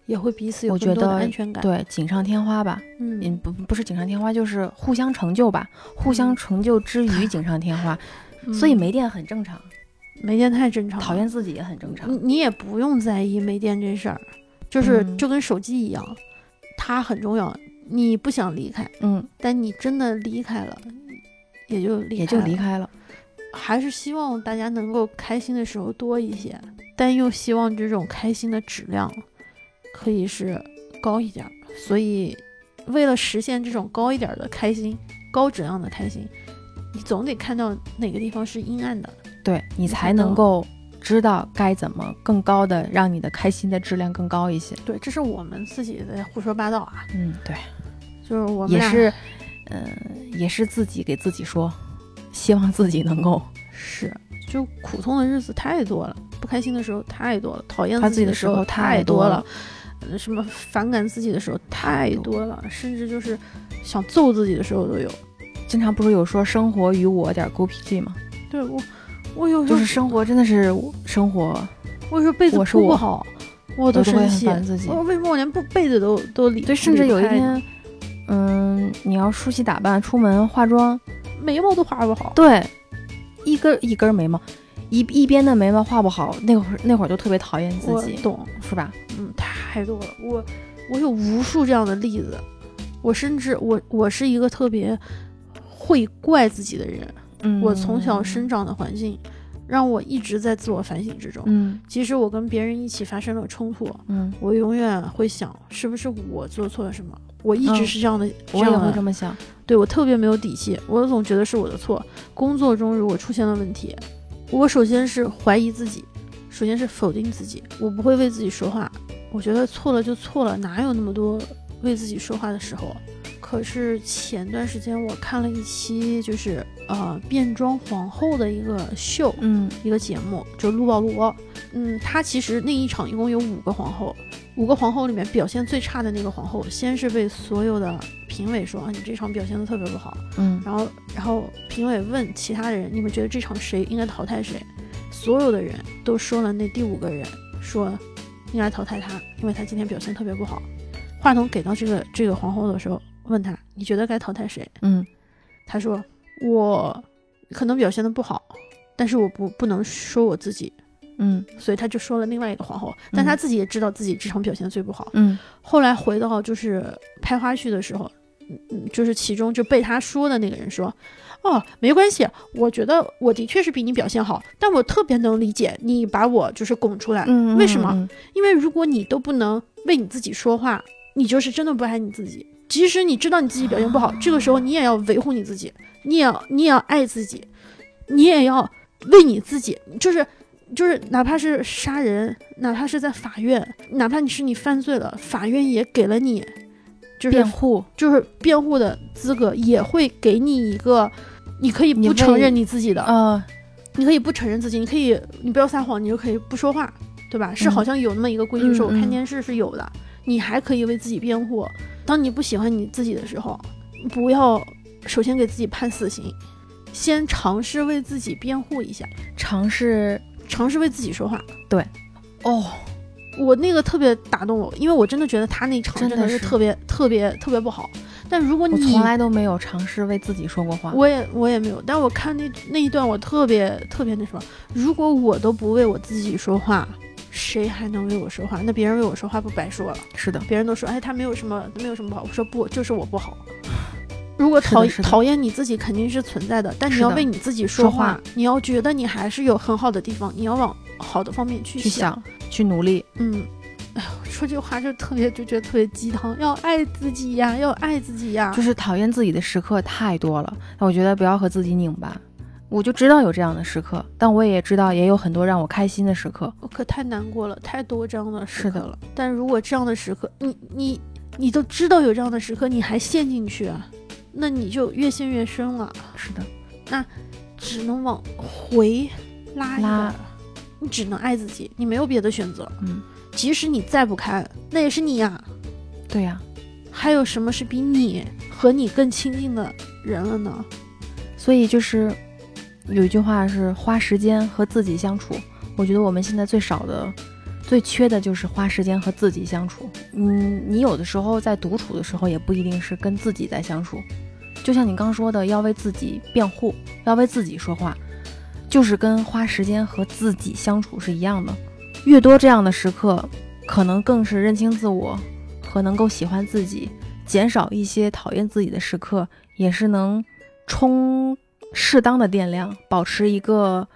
Speaker 1: 也会彼此有
Speaker 2: 我
Speaker 1: 更
Speaker 2: 觉
Speaker 1: 多的
Speaker 2: 得
Speaker 1: 安全感。，
Speaker 2: 对锦上添花吧。嗯，
Speaker 1: 嗯，
Speaker 2: 不不是锦上添花，就是互相成就吧。互相成就之 余锦上添花，所以
Speaker 1: 嗯嗯
Speaker 2: 没电很正常，
Speaker 1: 没电太正常了，
Speaker 2: 讨厌自己也很正常
Speaker 1: 你。你也不用在意没电这事儿，就是
Speaker 2: 嗯
Speaker 1: 就跟手机一样，它很重要。你不想离开，
Speaker 2: 嗯，
Speaker 1: 但你真的离开了，也就离开
Speaker 2: 也就离
Speaker 1: 了
Speaker 2: 开了。
Speaker 1: 还是希望大家能够开心的时候多一些，但又希望这种开心的质量可以是高一点儿。所以，为了实现这种高一点儿的开心、高质量的开心，你总得看到哪个地方是阴暗的。
Speaker 2: 对你
Speaker 1: 才
Speaker 2: 才
Speaker 1: 能
Speaker 2: 能够知道该怎么更高的让你的开心的质量更高一些。
Speaker 1: 对，这是我们自己在胡说八道啊，
Speaker 2: 嗯，对，
Speaker 1: 就是我们
Speaker 2: 也
Speaker 1: 俩
Speaker 2: 是，嗯、也是自己给自己说，希望自己 能够
Speaker 1: 是，就苦痛的日子太多了，不开心的时候太多了，讨厌
Speaker 2: 他
Speaker 1: 自
Speaker 2: 自己
Speaker 1: 的
Speaker 2: 的
Speaker 1: 时
Speaker 2: 时
Speaker 1: 候
Speaker 2: 候
Speaker 1: 太
Speaker 2: 太多
Speaker 1: 了
Speaker 2: 了，
Speaker 1: 呃什么反感自己的时候太
Speaker 2: 太多
Speaker 1: 多了，甚至就是想揍自己的时候都有。
Speaker 2: 经常不是有说生活与我点儿孤僻剧吗？
Speaker 1: 对我，我有时
Speaker 2: 就
Speaker 1: 候、
Speaker 2: 是生活真的是生活，
Speaker 1: 我有时候被子
Speaker 2: 我是
Speaker 1: 铺不
Speaker 2: 我
Speaker 1: 好，我
Speaker 2: 我
Speaker 1: 都
Speaker 2: 都会
Speaker 1: 生
Speaker 2: 很
Speaker 1: 气。
Speaker 2: 烦自己
Speaker 1: 我。说为什么我连不被子都都理
Speaker 2: 对，甚
Speaker 1: 理
Speaker 2: 至
Speaker 1: 不
Speaker 2: 有一
Speaker 1: 开呢
Speaker 2: 天，嗯，你要梳洗打扮、出门化妆，
Speaker 1: 眉毛都画不好，
Speaker 2: 对，一根一根眉毛，一一边的眉毛画不好，那会儿那会儿就特别讨厌自
Speaker 1: 我
Speaker 2: 己，
Speaker 1: 懂，
Speaker 2: 是吧？
Speaker 1: 嗯，太多了。我我有无数这样的例子，我甚至我我是一个特别会怪自己的人。
Speaker 2: 嗯，
Speaker 1: 我从小生长的环境，让我一直在自我反省之中。
Speaker 2: 嗯
Speaker 1: 即使我跟别人一起发生了冲突，
Speaker 2: 嗯，
Speaker 1: 我永远会想，是不是我做错了什么？我一直
Speaker 2: 嗯
Speaker 1: 是这样的，这
Speaker 2: 我也
Speaker 1: 样啊
Speaker 2: 会
Speaker 1: 的
Speaker 2: 这么想。
Speaker 1: 对我特别没有底气，我总觉得是我的错。工作中如果出现了问题，我首先是怀疑自己，首先是否定自己，我不会为自己说话。我觉得错了就错了，哪有那么多为自己说话的时候？可是前段时间我看了一期就是呃变装皇后的一个秀，
Speaker 2: 嗯
Speaker 1: 一个节目，就撸啊撸。嗯，她其实那一场一共有五个皇后，五个皇后里面表现最差的那个皇后，先是被所有的评委说啊，你这场表现的特别不好。
Speaker 2: 嗯
Speaker 1: 然后，然后评委问其他人，你们觉得这场谁应该淘汰谁？所有的人都说了那第五个人，说应该淘汰他，因为他今天表现特别不好。话筒给到这个这个皇后的时候，问他你觉得该淘汰谁？
Speaker 2: 嗯
Speaker 1: 他说我可能表现的不好，但是我不不能说我自己，
Speaker 2: 嗯
Speaker 1: 所以他就说了另外一个皇后，但他自己也知道自己这场表现得最不好。
Speaker 2: 嗯
Speaker 1: 后来回到就是拍花絮的时候，嗯嗯，就是其中就被他说的那个人说。哦，没关系，我觉得我的确是比你表现好，但我特别能理解你把我就是拱出来，
Speaker 2: 嗯，
Speaker 1: 哎为什么
Speaker 2: 嗯？
Speaker 1: 因为如果你都不能为你自己说话，你就是真的不爱你自己。即使你知道你自己表现不好，这个时候你也要维护你自己，你也要你也要爱自己，你也要为你自己，就是就是哪怕是杀人，哪怕是在法院，哪怕你是你犯罪了，法院也给了你就是
Speaker 2: 辩护，
Speaker 1: 就是辩护的资格，也会给你一个。你可以
Speaker 2: 你
Speaker 1: 不
Speaker 2: 为
Speaker 1: 承认你自己的，
Speaker 2: 呃，
Speaker 1: 你可以不承认自己，你可以你不要撒谎，你就可以不说话，对吧？是
Speaker 2: 嗯
Speaker 1: 好像有那么一个规矩，
Speaker 2: 嗯
Speaker 1: 是我看
Speaker 2: 嗯
Speaker 1: 电视是有的，你还可以为自己辩护。当你不喜欢你自己的时候，不要首先给自己判死刑，先尝试为自己辩护一下，
Speaker 2: 尝试
Speaker 1: 尝试为自己说话。
Speaker 2: 哦，
Speaker 1: 我那个特别打动我，因为我真的觉得他那场
Speaker 2: 真
Speaker 1: 真
Speaker 2: 的
Speaker 1: 的是
Speaker 2: 是
Speaker 1: 特别特别特别不好。但如果
Speaker 2: 我
Speaker 1: 你
Speaker 2: 从来都没有尝试为自己说过话。
Speaker 1: 我也我也没有，但我看那那一段我特别特别那什么，如果我都不为我自己说话，谁还能为我说话？那别人为我说话不白说了？
Speaker 2: 是的，
Speaker 1: 别人都说，哎，他没有什么，没有什么不好。我说不，就是我不好。如果讨
Speaker 2: 啊是的是的
Speaker 1: 讨厌你自己肯定是存在的，但你
Speaker 2: 是的
Speaker 1: 要为你自己
Speaker 2: 说
Speaker 1: 说话，
Speaker 2: 话
Speaker 1: 你要觉得你还是有很好的地方，你要往好的方面去
Speaker 2: 去想，去努力，
Speaker 1: 嗯，哎呦，说这话就特别就觉得特别鸡汤，要爱自己呀，要爱自己呀。
Speaker 2: 就是讨厌自己的时刻太多了。那我觉得不要和自己拧巴。我就知道有这样的时刻，但我也知道也有很多让我开心的时刻。
Speaker 1: 我哦可太难过了，太多这样的时
Speaker 2: 是
Speaker 1: 刻
Speaker 2: 的
Speaker 1: 了。但如果这样的时刻，你你你都知道有这样的时刻，你还陷进去啊，那你就越陷越深了，
Speaker 2: 是的，
Speaker 1: 只能往回拉一
Speaker 2: 拉
Speaker 1: 点。你只能爱自己，你没有别的选择。
Speaker 2: 嗯，
Speaker 1: 即使你再不堪，那也是你呀、
Speaker 2: 对呀、
Speaker 1: 还有什么是比你和你更亲近的人了呢？
Speaker 2: 所以就是有一句话是花时间和自己相处。我觉得我们现在最少的、最缺的就是花时间和自己相处。嗯，你有的时候在独处的时候，也不一定是跟自己在相处。就像你刚说的，要为自己辩护，要为自己说话，就是跟花时间和自己相处是一样的。越多这样的时刻，可能更是认清自我和能够喜欢自己，减少一些讨厌自己的时刻，也是能充适当的电量，保持一个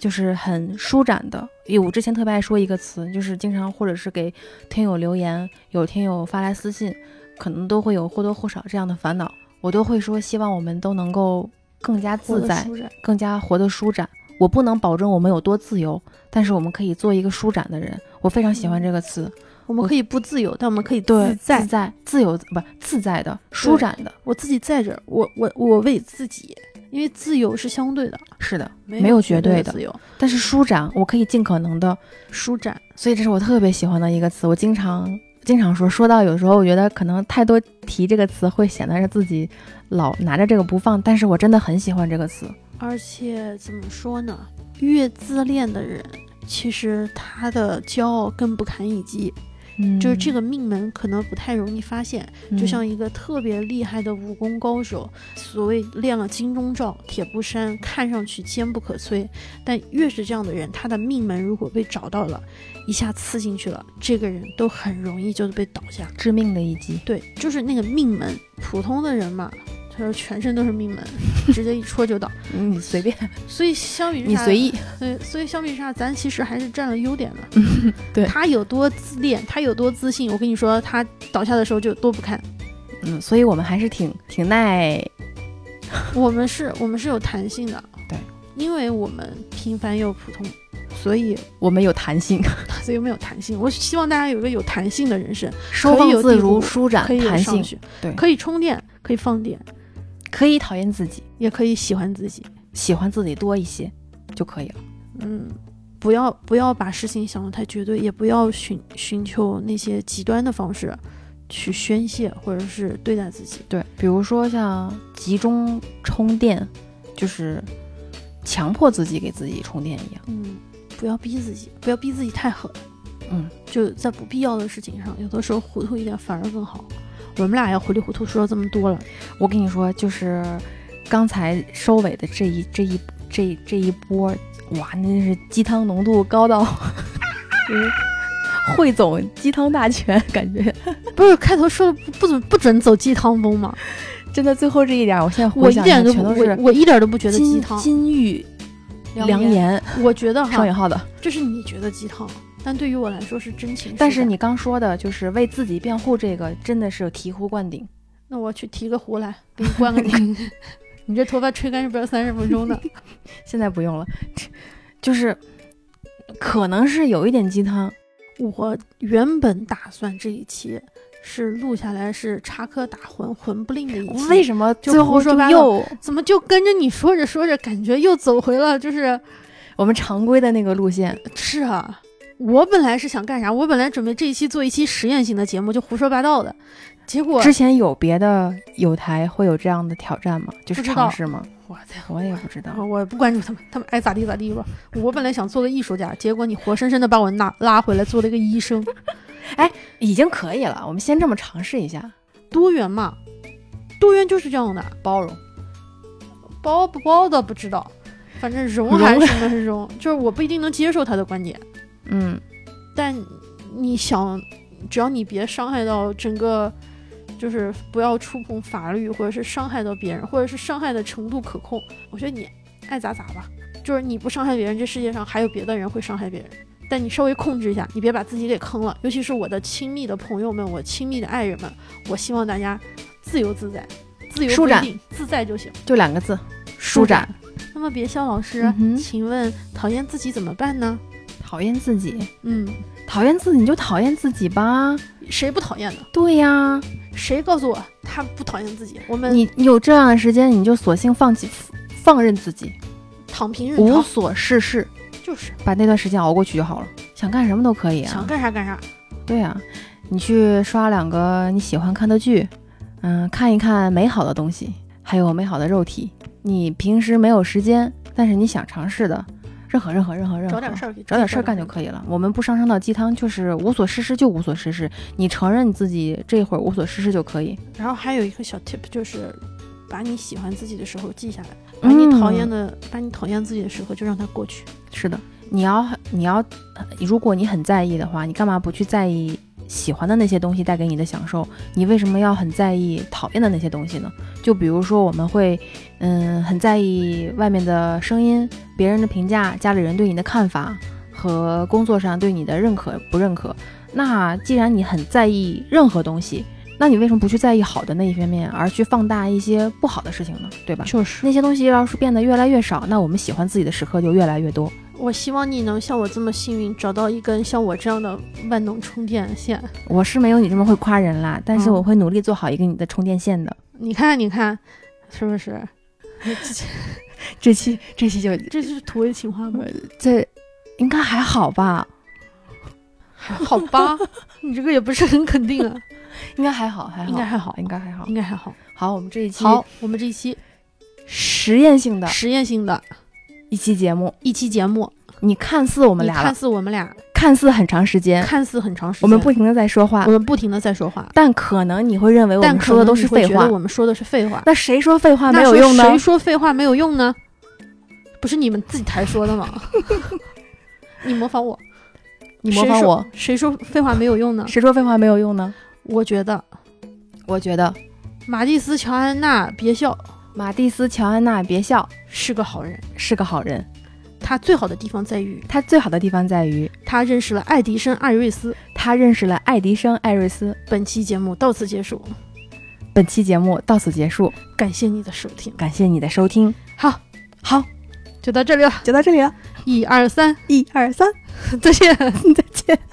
Speaker 2: 就是很舒展的。因为我之前特别爱说一个词，就是经常或者是给听友留言，有听友发来私信，可能都会有或多或少这样的烦恼，我都会说希望我们都能够更加
Speaker 1: 活
Speaker 2: 自
Speaker 1: 得
Speaker 2: 在
Speaker 1: 舒，展
Speaker 2: 更加活得舒展。我不能保证我们有多自由，但是我们可以做一个舒展的人。我非常喜欢这个词，
Speaker 1: 我们
Speaker 2: 我
Speaker 1: 可以不自由，但我们可以
Speaker 2: 对，
Speaker 1: 自在
Speaker 2: 自。在、嗯自由不自在的、舒展的，
Speaker 1: 我自己在这儿，我我我为自己，因为自由是相对的，
Speaker 2: 是的。
Speaker 1: 没
Speaker 2: 没有绝对
Speaker 1: 对
Speaker 2: 的
Speaker 1: 自由。
Speaker 2: 但是舒展，我可以尽可能的，
Speaker 1: 舒展，
Speaker 2: 所以这是我特别喜欢的一个词。我经常经常说，说到有时候我觉得可能太多提这个词会显得是自己老拿着这个不放，但是我真的很喜欢这个词。
Speaker 1: 而且怎么说呢？越自恋的人，其实他的骄傲更不堪一击，
Speaker 2: 嗯，
Speaker 1: 就是这个命门可能不太容易发现。就像一个特别厉害的武功高手，所谓练了金钟罩、铁布衫，看上去坚不可摧，但越是这样的人，他的命门如果被找到了，一下刺进去了，这个人都很容易就被倒下。
Speaker 2: 致命的一击，
Speaker 1: 对，就是那个命门，普通的人嘛，他说全身都是命门， 直接一戳就倒。
Speaker 2: 嗯，你随便，
Speaker 1: 所以相比之
Speaker 2: 你
Speaker 1: 下，
Speaker 2: 随意，
Speaker 1: 对，所以相比之下，咱其实还是占了优点的。
Speaker 2: 对
Speaker 1: 他有多自恋，他有多自信，我跟你说，他倒下的时候就多不堪。
Speaker 2: 嗯，所以我们还是挺挺耐，
Speaker 1: 我们是，我们是有弹性的，
Speaker 2: 对，
Speaker 1: 因为我们平凡又普通，所以
Speaker 2: 我们有弹性，
Speaker 1: 所以没有弹性。我希望大家有一个有弹性的人生，
Speaker 2: 收放自如，舒展
Speaker 1: 可以有
Speaker 2: 啊弹
Speaker 1: 上
Speaker 2: 性，
Speaker 1: 去，
Speaker 2: 对
Speaker 1: 可以充电，可以放电，
Speaker 2: 可以讨厌自己，
Speaker 1: 也可以喜欢自己。
Speaker 2: 喜欢自己多一些就可以了。
Speaker 1: 嗯，不要不要把事情想得太绝对，也不要寻寻求那些极端的方式去宣泄或者是对待自己。
Speaker 2: 对，比如说像集中充电，就是强迫自己给自己充电一样。
Speaker 1: 嗯，不要逼自己，不要逼自己太狠。
Speaker 2: 嗯，
Speaker 1: 就在不必要的事情上，有的时候糊涂一点反而更好。我们俩要糊里糊涂说这么多了，
Speaker 2: 我跟你说，就是刚才收尾的这一这一这一这一波，哇，那真是鸡汤浓度高到，就是汇总鸡汤大全，感觉
Speaker 1: 不是开头说的不不准不准走鸡汤风吗？
Speaker 2: 真的最后这一点儿，我现在
Speaker 1: 我
Speaker 2: 回
Speaker 1: 一
Speaker 2: 想
Speaker 1: 点
Speaker 2: 下，
Speaker 1: 都不
Speaker 2: 全都
Speaker 1: 我
Speaker 2: 是
Speaker 1: 我一点都不觉得鸡
Speaker 2: 金
Speaker 1: 汤
Speaker 2: 金玉良
Speaker 1: 言。
Speaker 2: 言啊
Speaker 1: 我觉得
Speaker 2: 双
Speaker 1: 哈
Speaker 2: 引，号的。
Speaker 1: 就是你觉得鸡汤，但对于我来说是真情实感。
Speaker 2: 但是你刚说的就是为自己辩护，这个真的是醍醐灌顶。
Speaker 1: 那我去提个壶来，给你灌个 顶。你这头发吹干是不要三十分钟的。
Speaker 2: 现在不用了，就是可能是有一点鸡汤，
Speaker 1: 我原本打算这一期是录下来是插科打诨、混不吝的一期，
Speaker 2: 为什么
Speaker 1: 就
Speaker 2: 最
Speaker 1: 胡
Speaker 2: 后
Speaker 1: 说
Speaker 2: 就
Speaker 1: 八道
Speaker 2: 又
Speaker 1: 怎么就跟着你说着说着，感觉又走回了就是
Speaker 2: 我们常规的那个路线？
Speaker 1: 是啊。我本来是想干啥？我本来准备这一期做一期实验性的节目，就胡说八道的，结果
Speaker 2: 之前有别的有台会有这样的挑战吗？就是
Speaker 1: 不知道
Speaker 2: 尝试吗？
Speaker 1: 我在
Speaker 2: 我也不知道。
Speaker 1: 我我不关注他们，他们爱咋地咋地吧。我本来想做个艺术家，结果你活生生的把我拉拉回来做了一个医生，
Speaker 2: 已经可以了，我们先这么尝试一下，
Speaker 1: 多元嘛，多元就是这样的，
Speaker 2: 包容。
Speaker 1: 包不包的不知道，反正融还是什么是融，就是我不一定能接受他的观点，
Speaker 2: 嗯，
Speaker 1: 但你想，只要你别伤害到整个，就是不要触碰法律，或者是伤害到别人，或者是伤害的程度可控，我觉得你爱咋咋吧。就是你不伤害别人，这世界上还有别的人会伤害别人。但你稍微控制一下，你别把自己给坑了。尤其是我的亲密的朋友们，我亲密的爱人们，我希望大家自由自在，自由
Speaker 2: 舒
Speaker 1: 规
Speaker 2: 展
Speaker 1: 定，自在就行。
Speaker 2: 就两个字，
Speaker 1: 舒
Speaker 2: 舒
Speaker 1: 展
Speaker 2: 展。
Speaker 1: 那么别笑老师，
Speaker 2: 嗯哼
Speaker 1: 请问讨厌自己怎么办呢？
Speaker 2: 讨厌自己，
Speaker 1: 嗯，
Speaker 2: 讨厌自己你就讨厌自己吧。
Speaker 1: 谁不讨厌呢？
Speaker 2: 对呀、
Speaker 1: 谁告诉我他不讨厌自己？我们
Speaker 2: 你你有这样的时间，你就索性放弃，放任自己，
Speaker 1: 躺平认
Speaker 2: 无
Speaker 1: 躺
Speaker 2: 所事事，
Speaker 1: 就是
Speaker 2: 把那段时间熬过去就好了。想干什么都可以
Speaker 1: 想
Speaker 2: 啊。
Speaker 1: 干啥干啥。
Speaker 2: 对啊，你去刷两个你喜欢看的剧，嗯，看一看美好的东西，还有美好的肉体。你平时没有时间，但是你想尝试的，任何任何任何任何，
Speaker 1: 找点事儿给自己
Speaker 2: 嗯找点事儿干就
Speaker 1: 以。
Speaker 2: 可以了。我们不上升到鸡汤，就是无所事事就无所事事。你承认你自己这会儿无所事事就可以。
Speaker 1: 然后还有一个小 tip 就是，把你喜欢自己的时候记下来，把
Speaker 2: 嗯
Speaker 1: 你讨厌的，把你讨厌自己的时候就让它过去。
Speaker 2: 是的，你要你要，如果你很在意的话，你干嘛不去在意喜欢的那些东西带给你的享受？你为什么要很在意讨厌的那些东西呢？就比如说，我们会嗯很在意外面的声音、别人的评价、家里人对你的看法和工作上对你的认可不认可。那既然你很在意任何东西，那你为什么不去在意好的那一方面，而去放大一些不好的事情呢？对吧？
Speaker 1: 就是，
Speaker 2: 那些东西要是变得越来越少，那我们喜欢自己的时刻就越来越多。
Speaker 1: 我希望你能像我这么幸运，找到一根像我这样的万能充电线。
Speaker 2: 我是没有你这么会夸人啦，但是
Speaker 1: 嗯
Speaker 2: 我会努力做好一个你的充电线的。
Speaker 1: 你看，你看，是不 是？
Speaker 2: 这期这期就
Speaker 1: 这是土味情话 吗？
Speaker 2: 这应该还好吧？
Speaker 1: 好吧，你这个也不是很肯定啊，
Speaker 2: 应该还好，还好，
Speaker 1: 应该还好
Speaker 2: 应该还好
Speaker 1: 应。该还好。
Speaker 2: 好，我们这一期
Speaker 1: 好，我们这一期
Speaker 2: 实验性的
Speaker 1: 实验性的
Speaker 2: 一期节目，
Speaker 1: 一期节目，
Speaker 2: 你看似我们
Speaker 1: 你
Speaker 2: 俩
Speaker 1: 看
Speaker 2: 了，
Speaker 1: 似我们俩
Speaker 2: 看似很长时间，
Speaker 1: 看似很长时间，
Speaker 2: 我们不停的在说话
Speaker 1: 我，们不停的在说话，
Speaker 2: 但可能你会认为我
Speaker 1: 但
Speaker 2: 们
Speaker 1: 可
Speaker 2: 说的
Speaker 1: 能
Speaker 2: 都
Speaker 1: 你
Speaker 2: 是
Speaker 1: 会
Speaker 2: 废
Speaker 1: 觉
Speaker 2: 话
Speaker 1: 得。我们说的是废话，
Speaker 2: 那谁说废话
Speaker 1: 那
Speaker 2: 没有
Speaker 1: 说
Speaker 2: 用呢？
Speaker 1: 谁说废话没有用呢？不是你们自己台说的吗？ 你模仿我，
Speaker 2: 你模仿我，
Speaker 1: 谁说废话没有用呢？
Speaker 2: 谁说废话没有用呢？
Speaker 1: 我觉得
Speaker 2: 我觉得
Speaker 1: 马蒂斯·乔安娜别笑
Speaker 2: 马蒂斯·乔安娜别笑
Speaker 1: 是个好人，
Speaker 2: 是个好人，
Speaker 1: 他最好的地方在于
Speaker 2: 他最好的地方在于
Speaker 1: 他认识了爱迪生·艾瑞斯。
Speaker 2: 他认识了爱迪生艾瑞斯。
Speaker 1: 本期节目到此结束，
Speaker 2: 本期节目到此结束，
Speaker 1: 感谢你的收听，
Speaker 2: 感谢你的收听。
Speaker 1: 好，
Speaker 2: 好，
Speaker 1: 就到这里了，
Speaker 2: 就到这里了，
Speaker 1: 一二三，
Speaker 2: 一二三，
Speaker 1: 再见。
Speaker 2: 再见。